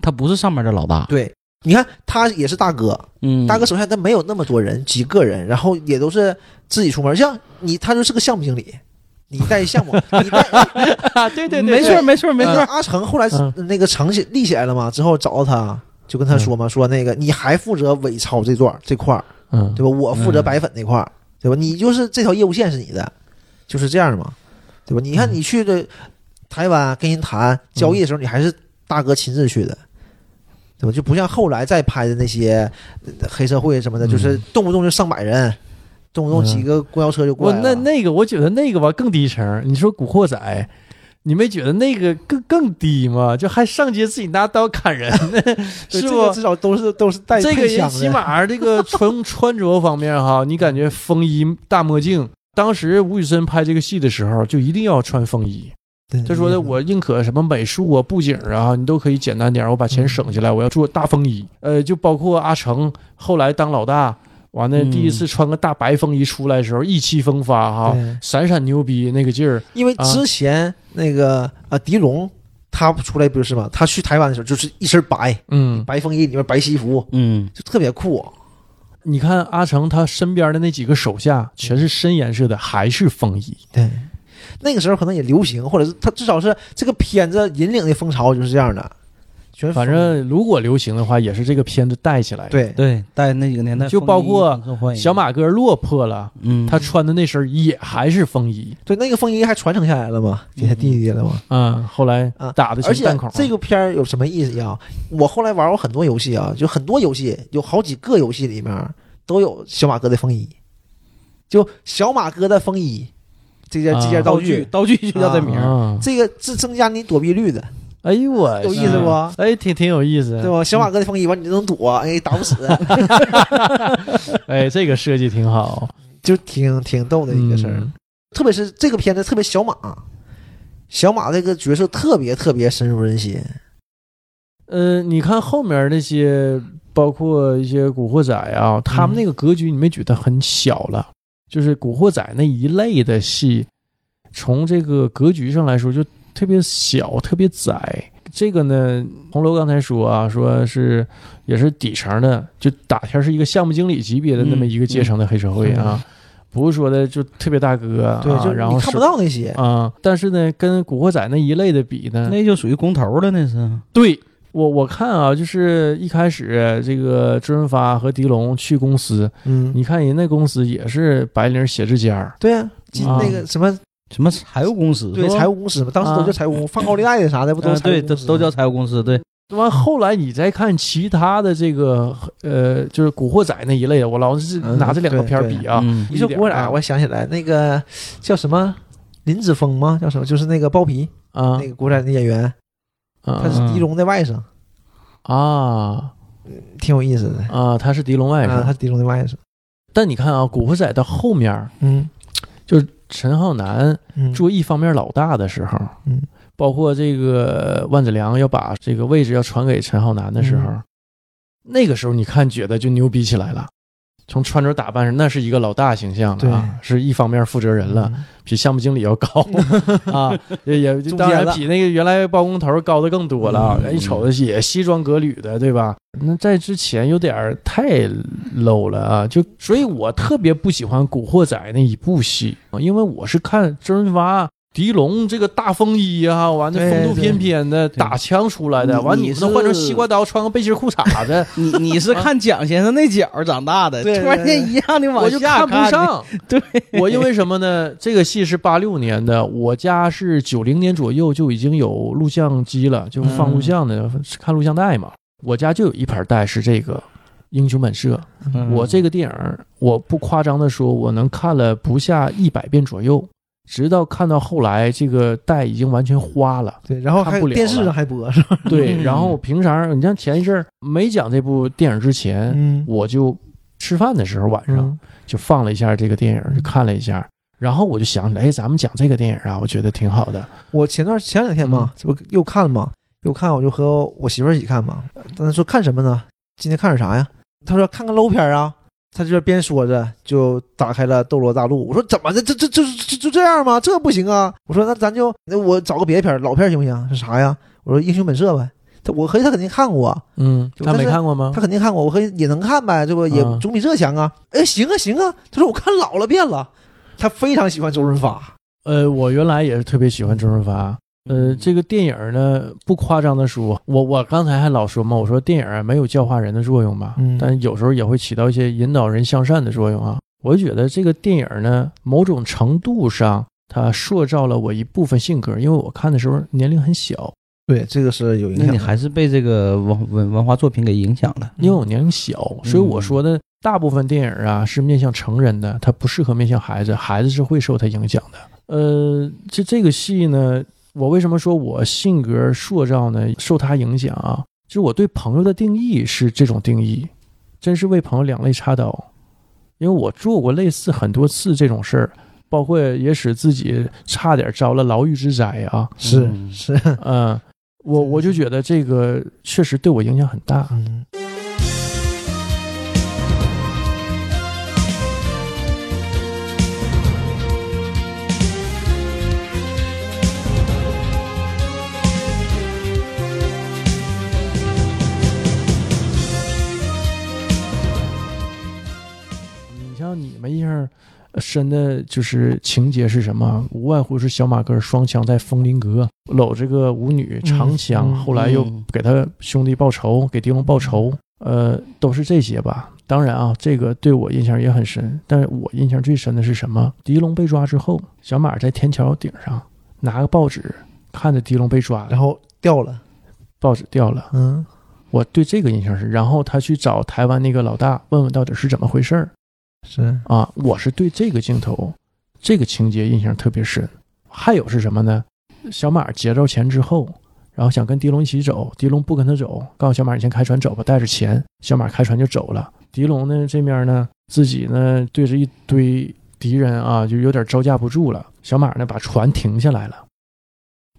B: 他不是上面的老大。
C: 对，你看他也是大哥，
B: 嗯，
C: 大哥手下但没有那么多人，几个人，然后也都是自己出门，像你他就是个项目经理。你带项目，你带
A: 啊，对对对，
B: 嗯没
A: 对
B: 错没错 没
C: 那
B: 错，
C: 阿成后来
A: 嗯
C: 那个成起立起来了嘛，之后找到他，就跟他
B: 嗯
C: 说嘛，说那个你还负责伪钞这段这块儿，
A: 嗯，
C: 对吧？我负责白粉那块儿，对吧？你就是这条业务线是你的，就是这样嘛，对吧？你
A: 嗯
C: 看你去的台湾跟人谈交易的时候，你还是大哥亲自去的。对吧？就不像后来再拍的那些呃黑社会什么的，
A: 嗯
C: 就是动不动就上百人，动不动几个公交车就过
A: 我
C: 来了。
A: 那那个，我觉得那个吧更低层。你说《古惑仔》，你没觉得那个更更低吗？就还上街自己拿刀砍 人呢，
C: 对
A: 是
C: 这个
A: 不
C: 至？少都是都是带
A: 这个
C: 配
A: 人
C: 枪的
A: 起码这 个从穿着方面哈，你感觉风衣大墨镜。当时吴宇森拍这个戏的时候，就一定要穿风衣。
C: 对
A: 他说的，我宁可什么美术啊、布景啊，你都可以简单点儿，我把
C: 嗯
A: 钱省下来，我要做大风衣。呃，就包括阿成后来当老大，完了
B: 嗯
A: 第一次穿个大白风衣出来的时候，意气风发哈。
C: 对
A: 闪闪牛逼那个劲儿，
C: 因为
A: 啊
C: 之前那个啊，狄龙他出来不是吗？他去台湾的时候就是一身白
A: 嗯，
C: 白风衣，里面白西服，
B: 嗯，
C: 就特别酷。
A: 你看阿成他身边的那几个手下全是深颜色的，还是风衣，
C: 对，那个时候可能也流行，或者是他至少是这个片子引领的风潮就是这样的，全
A: 反正如果流行的话，也是这个片子带起来的。
C: 对
B: 对，在那几个年代，
A: 就包括
B: 风衣很受欢迎
A: 小，马哥落魄了，
B: 嗯，
A: 他穿的那身也还是风衣，
C: 对，那个风衣还传承下来了嘛，给他弟弟了嘛。
A: 嗯，后来
C: 啊
A: 打的
C: 而
A: 成
C: 且
A: 弹孔，
C: 这个片儿有什么意思呀？我后来玩过很多游戏啊，就很多游戏有好几个游戏里面都有小马哥的风衣，就小马哥的风衣这件这
A: 啊
C: 件道
B: 道
C: 具
B: 具，道具就叫这名儿，
A: 啊，
C: 这个是增加你躲避率的，
A: 哎呦我
C: 有意
B: 思
C: 不？
A: 哎，挺挺有意思，
C: 对吧？小马哥的风衣完你就能躲，哎，打不死，
A: 哎，这个设计挺好
C: 就挺挺逗的一个事儿。
A: 嗯
C: 特别是这个片子，特别小马，小马这个角色特别特别深入人心。
A: 呃，你看后面那些，包括一些《古惑仔》啊，他
C: 嗯
A: 们那个格局，你没觉得很小了？就是《古惑仔》那一类的戏，从这个格局上来说，就特别小，特别窄。这个呢，红楼刚才说啊，说是也是底层的，就打天是一个项目经理级别的那么
C: 嗯
A: 一个阶层的黑社会啊，不是说的就特别大哥啊，
C: 对，就是
A: 然后
C: 你看
A: 是
C: 不到那些。
A: 啊、但是呢，跟《古惑仔》那一类的比呢，
B: 那就属于公头了，那是。
A: 对我我看啊，就是一开始这个周润发和狄龙去公司，
C: 嗯，
A: 你看人那公司也是白领写字间儿，
C: 对啊，进
A: 啊
C: 那个什么
B: 什么财务公司？
C: 对
B: 是吧
C: 财务公司嘛，当时都叫财务公司，放高利贷的啥的不都
B: 啊
C: 是财务
B: 对，
C: 公
B: 都
C: 司
B: 都叫财务公司，对，
A: 完后来你再看其他的这个呃，就是《古惑仔》那一类的，我老是
C: 嗯
A: 拿这两个片儿比啊，
B: 嗯
C: 一说古惑仔，我想起来那个叫什么林子峰吗？叫什么？就是那个包皮
A: 啊
C: 那，个古惑仔的演员，
A: 他
C: 他是狄龙的外甥，
A: 啊
C: 挺有意思的。
A: 啊，他是狄龙外甥，
C: 啊，他是狄龙的外甥。
A: 但你看啊，《古惑仔》到后面儿
C: 嗯
A: 陈浩南
C: 嗯，
A: 做一方面老大的时候，
C: 嗯，
A: 包括这个万梓良要把这个位置要传给陈浩南的时候，
C: 嗯
A: 那个时候你看觉得就牛逼起来了。从穿着打扮上，那是一个老大形象了啊，是一方面负责人了，
C: 嗯，
A: 比项目经理要 高啊，也也
C: 中间了
A: 当然比那个原来包工头高的更多了啊。
B: 嗯
A: 人一瞅着也西装革履的，对吧？那在之前有点儿太 low 了啊，就所以我特别不喜欢《古惑仔》那一部戏，因为我是看周润发、狄龙这个大风衣啊，完了
B: 对
A: 风度翩翩的，
B: 对
A: 打枪出来的，
B: 你
A: 完
B: 你
A: 你
B: 是
A: 能换成西瓜刀，穿个背心裤衩子，
B: 你你是看蒋先生那脚长大的，
C: 对对
B: 突然间
C: 对
B: 一样的
A: 我
B: 往
A: 就
B: 下
A: 看不上。
B: 对
A: 我因为什么呢？这个戏是八六年的，我家是九零年左右就已经有录像机了，就放
B: 嗯
A: 录像的，看录像带嘛。我家就有一盘带是这个《英雄本色》，
B: 嗯
A: 我这个电影儿，我不夸张的说，我能看了不下一百遍左右，直到看到后来这个带已经完全花 了。
C: 对，然后
A: 看
C: 还
A: 不了了
C: 电视上还播是吧？
A: 对，
B: 嗯
A: 然后平常你像前一阵儿没讲这部电影之前，
C: 嗯
A: 我就吃饭的时候晚上就放了一下这个电影，就看了一下。然后我就想起来，哎，咱们讲这个电影啊，我觉得挺好的。
C: 我前段前两天
A: 嗯
C: 嘛，这不又看嘛，又看，我就和我媳妇儿一起看嘛。但她说看什么呢？今天看点啥呀？她说看个 low 片儿啊。她这边说着就打开了《斗罗大陆》，我说怎么的？这这这这就这样吗？这不行啊！我说那咱就那我找个别的片儿，老片儿行不行？是啥呀？我说《英雄本色》呗。她我合计她肯定看过，
A: 嗯，
C: 就
A: 他
C: 但
A: 没
C: 是
A: 看过吗
C: 他？肯定看过，我和也能看呗，这不也
A: 嗯
C: 总比这强啊？哎，行啊行啊，他说我看老了变了，他非常喜欢周润发，
A: 呃，我原来也是特别喜欢周润发。
C: 嗯
A: 呃，这个电影呢，不夸张的说，我我刚才还老说嘛，我说电影啊没有教化人的作用吧，
C: 嗯
A: 但有时候也会起到一些引导人向善的作用啊。我就觉得这个电影呢，某种程度上它塑造了我一部分性格，因为我看的时候年龄很小，
C: 对，这个是有影
B: 那
C: 响
B: 你
C: 的。
B: 还是被这个文文文化作品给影响了。
A: 因为我年龄小，所以我说的大部分电影啊是面向成人的，它不适合面向孩子，孩子是会受它影响的。呃，这这个戏呢，我为什么说我性格塑造呢受它影响啊？就是我对朋友的定义是这种定义，真是为朋友两肋插刀，因为我做过类似很多次这种事儿，包括也使自己差点遭了牢狱之灾啊。
C: 是
B: 嗯
C: 是，
A: 嗯，我我就觉得这个确实对我影响很大。
C: 嗯，
A: 你像你们印象深的，就是情节是什么？无外乎是小马哥双枪在风林阁搂这个舞女长枪，
C: 嗯嗯
A: 后来又
B: 嗯
A: 给他兄弟报仇，给狄龙报仇，呃，都是这些吧。当然啊，这个对我印象也很深，但是我印象最深的是什么？狄龙被抓之后，小马在天桥顶上拿个报纸，看着狄龙被抓
C: 然
A: 了，
C: 后掉了，
A: 报纸掉了。
C: 嗯
A: 我对这个印象是，然后他去找台湾那个老大，问问到底是怎么回事儿。
C: 是，
A: 啊，我是对这个镜头、这个情节印象特别深。还有是什么呢？小马劫着钱之后，然后想跟狄龙一起走，狄龙不跟他走，告诉小马你先开船走吧，带着钱。小马开船就走了。狄龙呢这面呢，自己呢对着一堆敌人啊，就有点招架不住了。小马呢把船停下来了，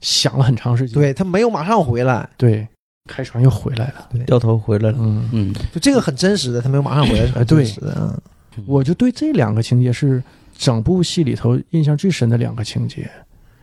A: 想了很长时间，
C: 对他没有马上回来，
A: 对，开船又回来了。
B: 掉头回来了。
A: 嗯，
B: 嗯，
C: 就这个很真实的，他没有马上回来是
A: 哎
C: 很
A: 对
C: 真实的，嗯
A: 我就对这两个情节是整部戏里头印象最深的两个情节。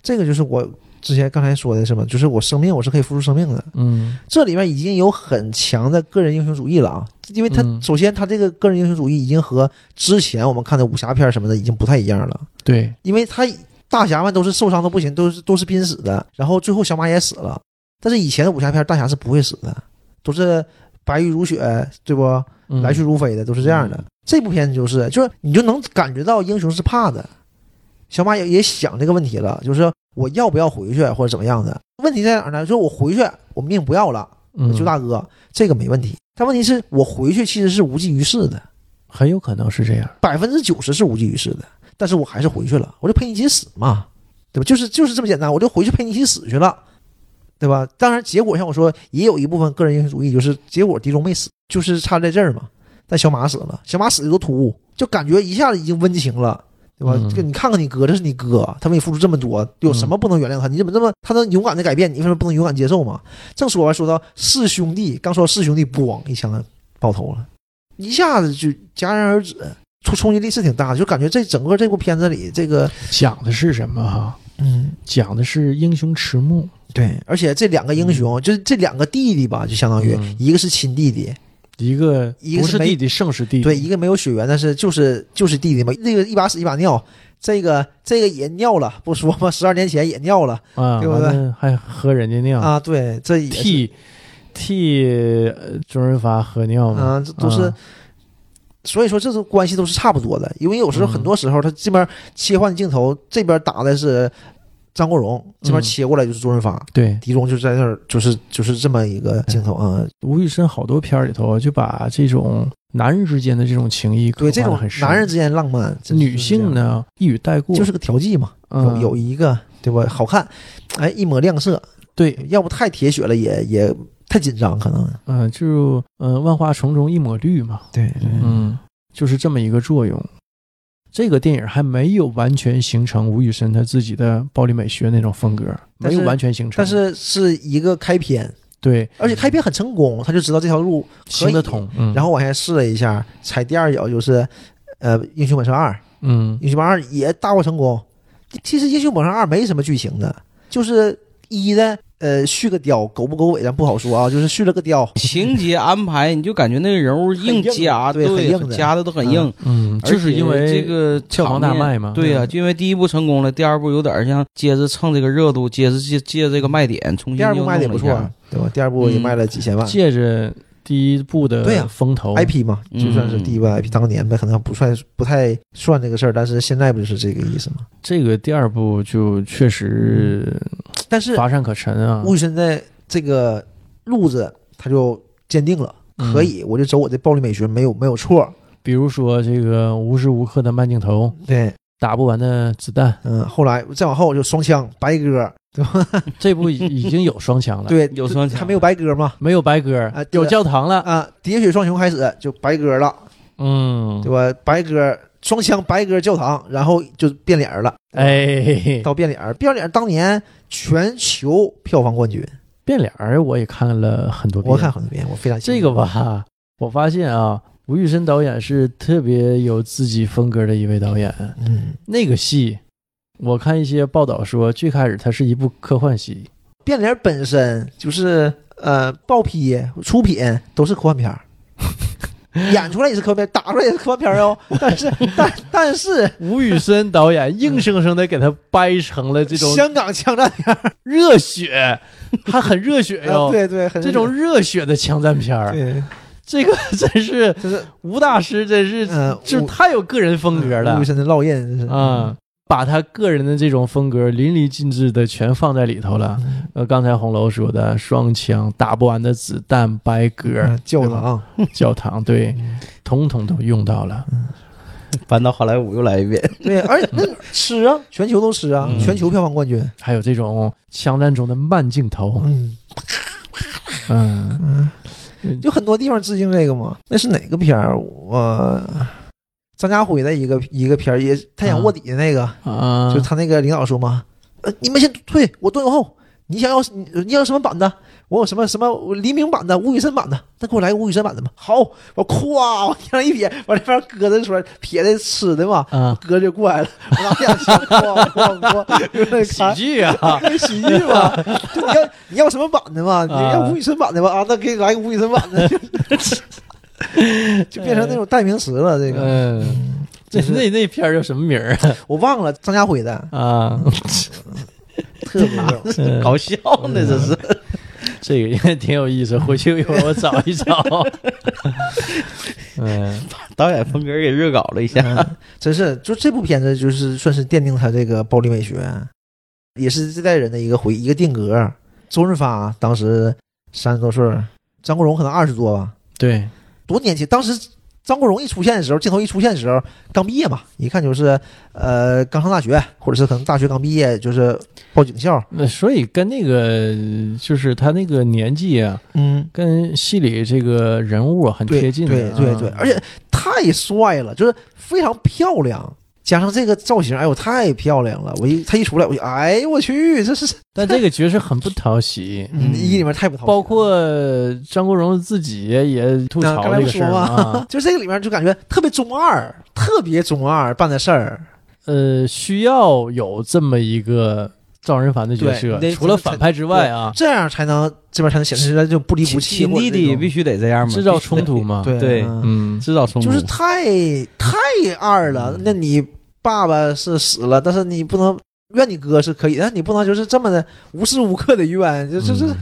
C: 这个就是我之前刚才说的是吗？就是我生命我是可以付出生命的，
A: 嗯
C: 这里面已经有很强的个人英雄主义了啊，因为他
A: 嗯
C: 首先他这个个人英雄主义已经和之前我们看的武侠片什么的已经不太一样了。
A: 对，
C: 因为他大侠们都是受伤的不行，都是都是濒死的，然后最后小马也死了。但是以前的武侠片，大侠是不会死的，都是白玉如雪，对不？
A: 嗯
C: 来去如飞的，都是这样的。这部片子就是，就是你就能感觉到英雄是怕的。小马也也想这个问题了，就是我要不要回去或者怎么样的？问题在哪儿呢？就是我回去，我命不要了，我
A: 嗯，
C: 救大哥，这个没问题。但问题是我回去其实是无济于事的，
A: 很有可能是这样。
C: 百分之九十是无济于事的，但是我还是回去了，我就陪你一起死嘛，对吧？就是就是这么简单，我就回去陪你一起死去了，对吧？当然，结果像我说，也有一部分个人英雄主义，就是结果狄龙没死，就是差在这儿嘛。但小马死了，小马死的多突兀，就感觉一下子已经温情了。对吧？
A: 嗯
C: 这个你看看你哥，这是你哥，他为你付出这么多，有什么不能原谅他？你怎么这么他能勇敢的改变，你为什么不能勇敢接受嘛？正说完，说到是兄弟，刚说到是兄弟，咣一枪爆头了，一下子就戛然而止。冲冲击力是挺大的，就感觉这整个这部片子里，这个
A: 讲的是什么哈？
C: 嗯，
A: 讲的是英雄迟暮，
C: 对，而且这两个英雄，就是这两个弟弟吧，就相当于、
A: 嗯
C: 一个是亲弟弟，
A: 一个
C: 一个
A: 不
C: 是
A: 是
C: 没
A: 弟弟，胜是弟弟。
C: 对，一个没有血缘，但是就是就是弟弟嘛，那个一把屎一把尿，这个这个也尿了，不说吗？十二年前也尿了
A: 啊，
C: 对不对
A: 完了还喝人家尿，
C: 啊，对，这也是
A: 替替呃周润发喝尿嘛，
C: 啊，这都是。
A: 啊
C: 所以说，这种关系都是差不多的，因为有时候
A: 嗯
C: 很多时候，他这边切换镜头，这边打的是张国荣，这边
A: 嗯
C: 切过来就是周润发，
A: 对，
C: 狄龙就在那儿，就是就是这么一个镜头啊、嗯
A: 吴宇森好多片儿里头就把这种男人之间的这种情谊刻
C: 对，
A: 画
C: 这
A: 得
C: 种
A: 很深
C: 男人之间浪漫，真是
A: 女性
C: 这样
A: 呢一语带过，
C: 就是个调剂嘛，有
A: 嗯
C: 有一个对吧？好看，哎，一抹亮色，
A: 对，
C: 要不太铁血了也也太紧张，可能
A: 嗯，就嗯万花丛中一抹绿嘛，
C: 对对
A: 嗯，就是这么一个作用。这个电影还没有完全形成吴宇森他自己的暴力美学那种风格，没
C: 但是
A: 有完全形成，
C: 但是是一个开篇，
A: 对
C: 而且开篇很成功，他就知道这条路可
A: 行
C: 以
A: 得通。嗯，
C: 然后往下试了一下，踩第二脚就是，呃，英雄本色二，
A: 嗯
C: 英雄本色二也大获成功。其实英雄本色二没什么剧情的，就是一的呃续个貂，狗不狗尾咱不好说啊，就是续了个貂，
B: 情节安排，你就感觉那个人物硬加，
C: 很硬对很硬的
B: 加的都很硬，
A: 嗯，就是因
B: 而
A: 为
B: 且这个
A: 票房大
B: 场面。
A: 卖嘛，嗯
B: 对呀、就因为第一部成功了，第二部有点像接着蹭这个热度，接着借借这个卖点，重新
C: 第二部
B: 又弄
C: 卖的也不
B: 了一下
C: 错，啊对吧？第二部也
B: 嗯
C: 卖了几千万、
A: 借着第一部
C: 对呀
A: 的风头
C: i p 嘛，
B: 嗯
C: 就算是第一部 IP，当年呗，可能不算不太算这个事儿，但是现在不就是这个意思吗？
A: 这个第二部就确实
B: 嗯
C: 但嗯是
A: 乏善可陈啊。
C: 吴宇森在这个路子他就坚定了，
A: 嗯
C: 可以，我就走我这暴力美学，没有没有错，
A: 比如说这个无时无刻的慢镜头，
C: 对。
A: 打不完的子弹，
C: 嗯，后来再往后就双枪白鸽，对吧？
A: 这部已已经有双枪了，，
C: 对，
B: 有双枪
C: 还没有白鸽嘛？
A: 没有白鸽
C: 啊，
A: 有
C: 对
A: 教堂了，
C: 啊，喋血双雄开始就白鸽了，
A: 嗯，
C: 对吧？白鸽双枪白鸽教堂，然后就变脸儿了，
A: 哎，
C: 到变脸儿，变脸儿当年全球票房冠军，
A: 变脸儿我也看了很多遍，
C: 我看很多遍，我非常喜欢
A: 这个吧，我发现啊，吴宇森导演是特别有自己风格的一位导演。
C: 嗯，
A: 那个戏，我看一些报道说，最开始它是一部科幻戏，
C: 变脸儿本身就是呃爆批出品都是科幻 片儿。演出来也是科幻片儿，打出来也是科幻片儿 哦，但是但但是
A: 吴宇森导 演硬生生的给它掰成了这种
C: 香港枪战片
A: 热血，还很热血
C: 儿，
A: 哟。
C: 啊对对，
A: 哎
C: 很
A: 这种热血的枪战片儿，
C: 对，
A: 这个 真是
C: 就是
A: 吴大师，真是
C: 嗯，
A: 就
C: 吴
A: 太有个人风格了
C: 吴宇。森的烙印，这是
A: 啊、把他个人的这种风格淋漓尽致的全放在里头了。呃，刚才红楼说的双枪、打不完的子弹、白鸽、
C: 嗯教堂，
A: 教堂，对，
B: 嗯
A: 统统都用到了。
B: 搬到好莱坞又来一遍。
C: 对，而且那吃啊，全球都吃啊，
A: 嗯
C: 全球票房冠军，
A: 还有这种枪战中的慢镜头，
C: 嗯，
A: 嗯，
C: 有很多地方致敬这个嘛。那是哪个片儿？我张家辉的一个一个片儿，也他演卧底的那个，
A: 啊，
C: 就是他那个领导说嘛，呃，你们先退，我断后。你想要你你要什么版的？我有什么什么黎明版的、吴宇森版的？那给我来个吴宇森版的吧。好，我咵往地上一撇，往这边搁着出来，撇的吃的嘛。
A: 啊，
C: 哥就过来 了，拿两枪咣咣咣，就那
A: 喜
C: 看。
A: 剧啊，
C: 喜剧嘛，就你要你要什么版的嘛？你
A: 啊
C: 要吴宇森版的吧？啊，那给你来个吴宇森版 的，就变成那种代名词了。这个
A: 嗯，这
C: 就是
A: 那那片儿叫什么名儿
C: 我忘了，张家辉的
A: 啊？
C: 特别 有，
A: 嗯
B: 搞笑呢，这是。
A: 这个应该挺有意思，回去一会儿我找一找。嗯，
B: 导演风格给热搞了一下。
C: 嗯真是就这部片子就是算是奠定他这个暴力美学，也是这代人的一个回一个定格。周润发啊当时三十多岁儿，张国荣可能二十多吧，
A: 对，
C: 多年轻！当时张国荣一出现的时候，镜头一出现的时候，刚毕业嘛，一看就是呃刚上大学，或者是可能大学刚毕业，就是报警校。
A: 那所以跟那个就是他那个年纪啊，
C: 嗯，
A: 跟戏里这个人物啊很
C: 对
A: 贴近的
C: 对
A: 啊
C: 对对，而且太帅了，就是非常漂亮。加上这个造型，哎呦，太漂亮了！我一他一出来，我就哎呦我去，这是
A: 但这个角色很不讨喜，
C: 嗯一里面太不讨喜了
A: 包括张国荣自己也吐
C: 那
A: 槽
C: 嗯刚才
A: 这
C: 不
A: 个
C: 说
A: 事儿嘛 啊，
C: 就这个里面就感觉特别中二，特别中二办的事儿。
A: 呃，需要有这么一个赵仁凡的角色
B: 对，
A: 除了反派之外啊，
C: 这样才能这边才能显示出来就不离不
B: 亲
C: 弃，
B: 亲
C: 或者
B: 弟
C: 这
B: 弟
C: 种
B: 必须得这样嘛，
A: 制造冲突嘛，
C: 对
B: 对
C: 嗯
A: 嗯，
B: 制造冲突
C: 就是太太二了。那你爸爸是死了，但是你不能怨你哥是可以，但是你不能就是这么的无时无刻的怨，就就是啊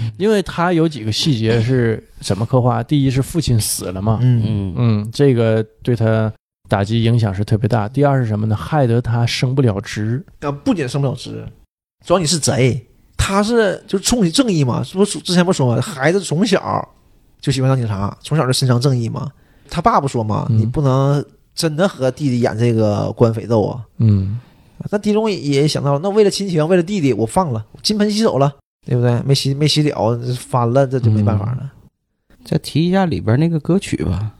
B: 嗯
A: 因为他有几个细节是怎么刻画？第一是父亲死了嘛，
C: 嗯
B: 嗯
A: 嗯，这个对他打击影响是特别大。第二是什么呢？害得他升不了职。
C: 啊，不仅升不了职，主要你是贼，他是就是冲你正义嘛，这不是之前不说吗？孩子从小就喜欢当警察，从小就伸张正义嘛。他爸不说嘛，
A: 嗯
C: 你不能真的和弟弟演这个官匪斗啊。
A: 嗯，
C: 那狄龙也想到，那为了亲情，为了弟弟，我放了，金盆洗手了，对不对？没洗没洗了，翻了，这就没办法了。
B: 再提一下里边那个歌曲吧，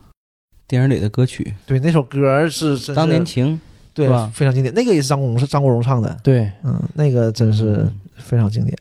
B: 电影里的歌曲
C: 对，那首歌是真是
B: 《当年情》。
C: 对
B: 是吧
C: 非常经典，那个也是张国荣是张国荣唱的，
A: 对。
C: 嗯，那个真是
B: 嗯
C: 非常经典。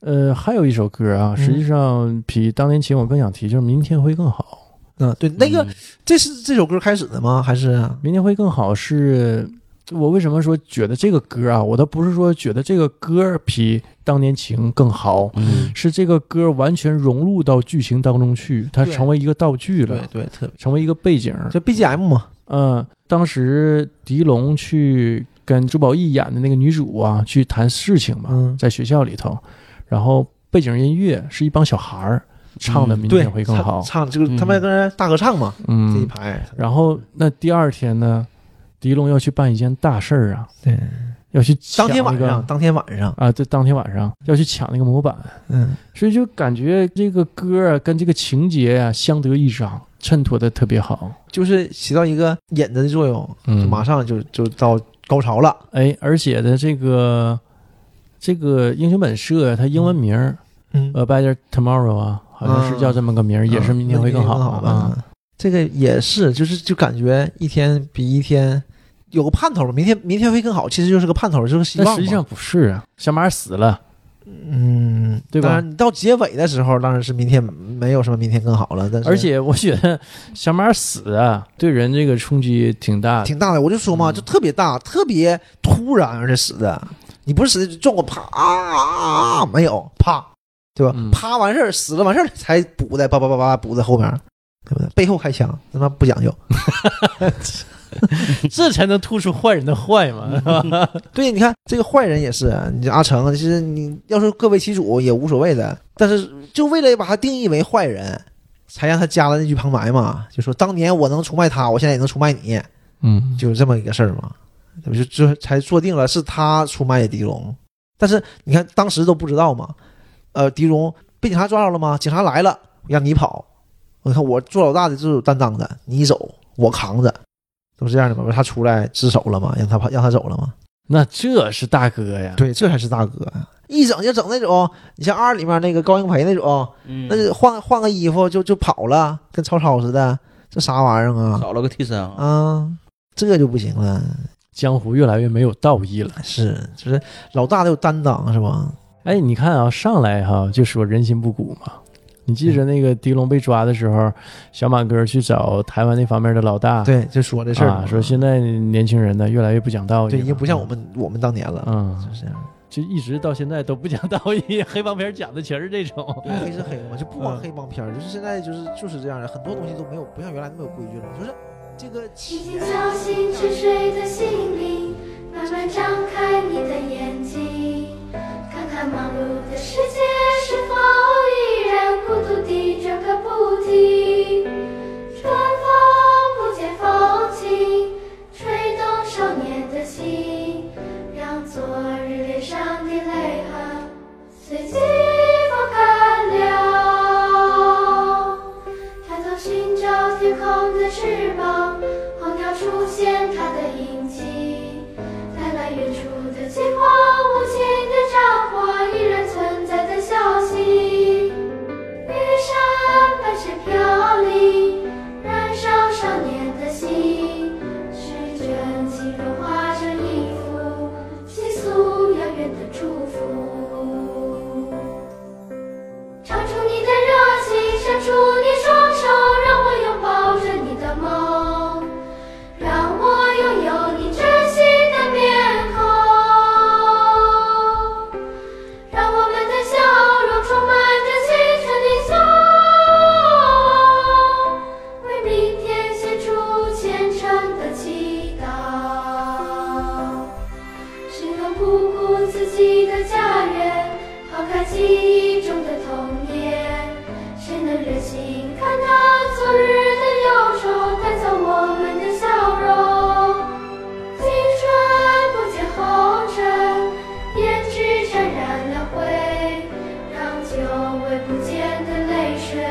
A: 呃，还有一首歌啊，实际上比《当年情》我更想提，就是《明天会更好
C: 嗯，对，那个、
B: 嗯
C: 这是这首歌开始的吗？还是》。啊
A: 《明天会更好》是我为什么说觉得这个歌啊，我倒不是说觉得这个歌比《当年情》更好，
B: 嗯
A: 是这个歌完全融入到剧情当中去，它
C: 对
A: 成为一个道具了，
C: 对，特别
A: 成为一个背景。
C: 就 BGM 嘛，
A: 嗯，当时狄龙去跟朱宝意演的那个女主啊，去谈事情嘛，
C: 嗯
A: 在学校里头，然后背景音乐是一帮小孩儿唱的，
B: 嗯
A: 明
C: 对
A: 天，会更好。
C: 唱唱就是他们
B: 嗯
C: 跟人大合唱嘛，这一
A: 嗯，
C: 排，
A: 然后那第二天呢，狄龙要去办一件大事儿啊，
C: 对，
A: 要去抢
C: 当天晚
A: 那个
C: 上，当天晚上，
A: 啊，对，当天晚上要去抢那个模板，
C: 嗯，
A: 所以就感觉这个歌啊跟这个情节啊相得益彰，衬托的特别好。
C: 就是起到一个引子的作用，就
A: 嗯
C: 马上就就到高潮了，
A: 哎，而且的这个这个英雄本社，啊它英文名儿、
C: 嗯，
A: A Better Tomorrow 啊，好像是叫这么个
C: 呃
A: 名儿，也是明天会更好
C: 好
A: 啊。
C: 吧？这个也是，就是就感觉一天比一天有个盼头吧，明天明天会更好，其实就是个盼头，就是个希望
A: 但
C: 嘛。
A: 实际上不是啊，小马死了，
C: 嗯，
A: 对吧
C: 当然，你到结尾的时候，当然是明天没有什么明天更好了，但是
A: 而且我觉得小马死啊，对人这个冲击挺大的。
C: 挺大的，我就说嘛，
A: 嗯
C: 就特别大，特别突然而且死的，你不是死的就撞过啪啊啊啊没有啪，对吧？
A: 嗯
C: 啪完事儿死了完事儿才补的，叭叭叭叭叭补在后面，对不对？背后开枪，他妈不讲究。
A: 这才能突出坏人的坏嘛，是吧？
C: 对，你看这个坏人也是，啊你这阿成，其实你要是各为其主也无所谓的，但是就为了把他定义为坏人，才让他加了那句旁白嘛，就说当年我能出卖他，我现在也能出卖你，
A: 嗯，
C: 就是这么一个事儿嘛，对吧就就才做定了是他出卖的狄龙，但是你看当时都不知道嘛，呃，狄龙被警察抓着了吗？警察来了，让你跑，我看我做老大的就是有担当的，你走我扛着，都是这样的嘛，不是他出来自首了嘛，让他跑让他走了嘛。
A: 那这是大哥呀。
C: 对，这才是大哥呀！一整就整那种，你像二里面那个高英培那种，
B: 嗯
C: 那就换换个衣服就就跑了，跟曹操似的，这啥玩意儿啊？
B: 找了个替身啊。
C: 啊，这就不行了。
A: 江湖越来越没有道义了。
C: 是，就是老大得有担当，是吧？
A: 哎，你看啊，上来哈、就说人心不古嘛。你记
C: 嗯
A: 着那个狄龙被抓的时候，小马哥去找台湾那方面的老大，
C: 对，就说这事儿嘛、
A: 啊，说现在年轻人呢越来越不讲道义了，
C: 对，已经不像我们我们当年了，
A: 嗯，
C: 就是这样。
A: 就一直到现在都不讲道义， 黑帮片讲的全是这种。
C: 黑是黑嘛，就不光黑帮片儿，就是现在就是就是这样的，很多东西都没有不像原来那么有规矩了，就是这个
D: 轻轻敲醒沉睡的心灵，慢慢张开你的眼睛，看看忙碌的世界是否依然孤独地转个不停。春风不解风情，吹动少年的心，让昨日脸上的泪痕随季风干了。抬头寻找天空的翅膀，候鸟出现它的影抛开记忆中的童年，谁能忍心看那昨日的忧愁带走我们的笑容？青春不见红尘，胭脂沾染了灰，让久违不见的泪水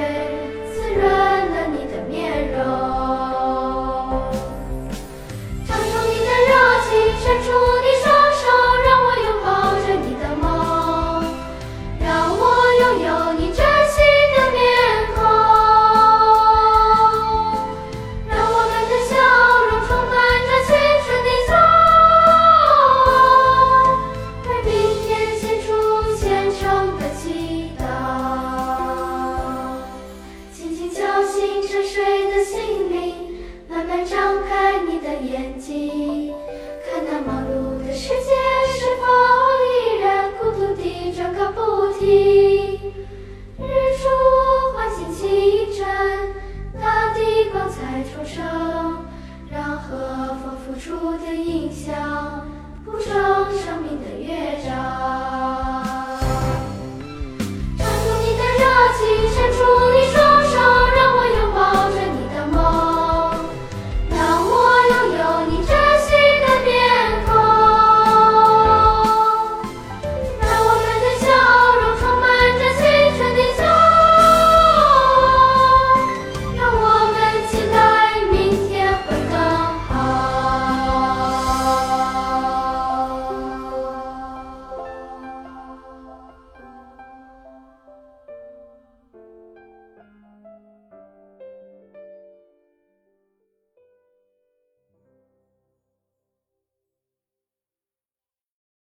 D: 滋润了你的面容。唱出你的热情，伸出你双手，让我拥抱着你的梦，让我拥有你真心的面孔，让我们的笑容充满着青春的骄傲，为明天献出虔诚的祈祷。轻轻敲醒沉睡的心灵，慢慢张开你的眼睛，看那忙碌的世界是否依然孤独地转个不停。日出唤醒清晨，大地光彩重生，让和风拂出的音响谱成生命的乐章。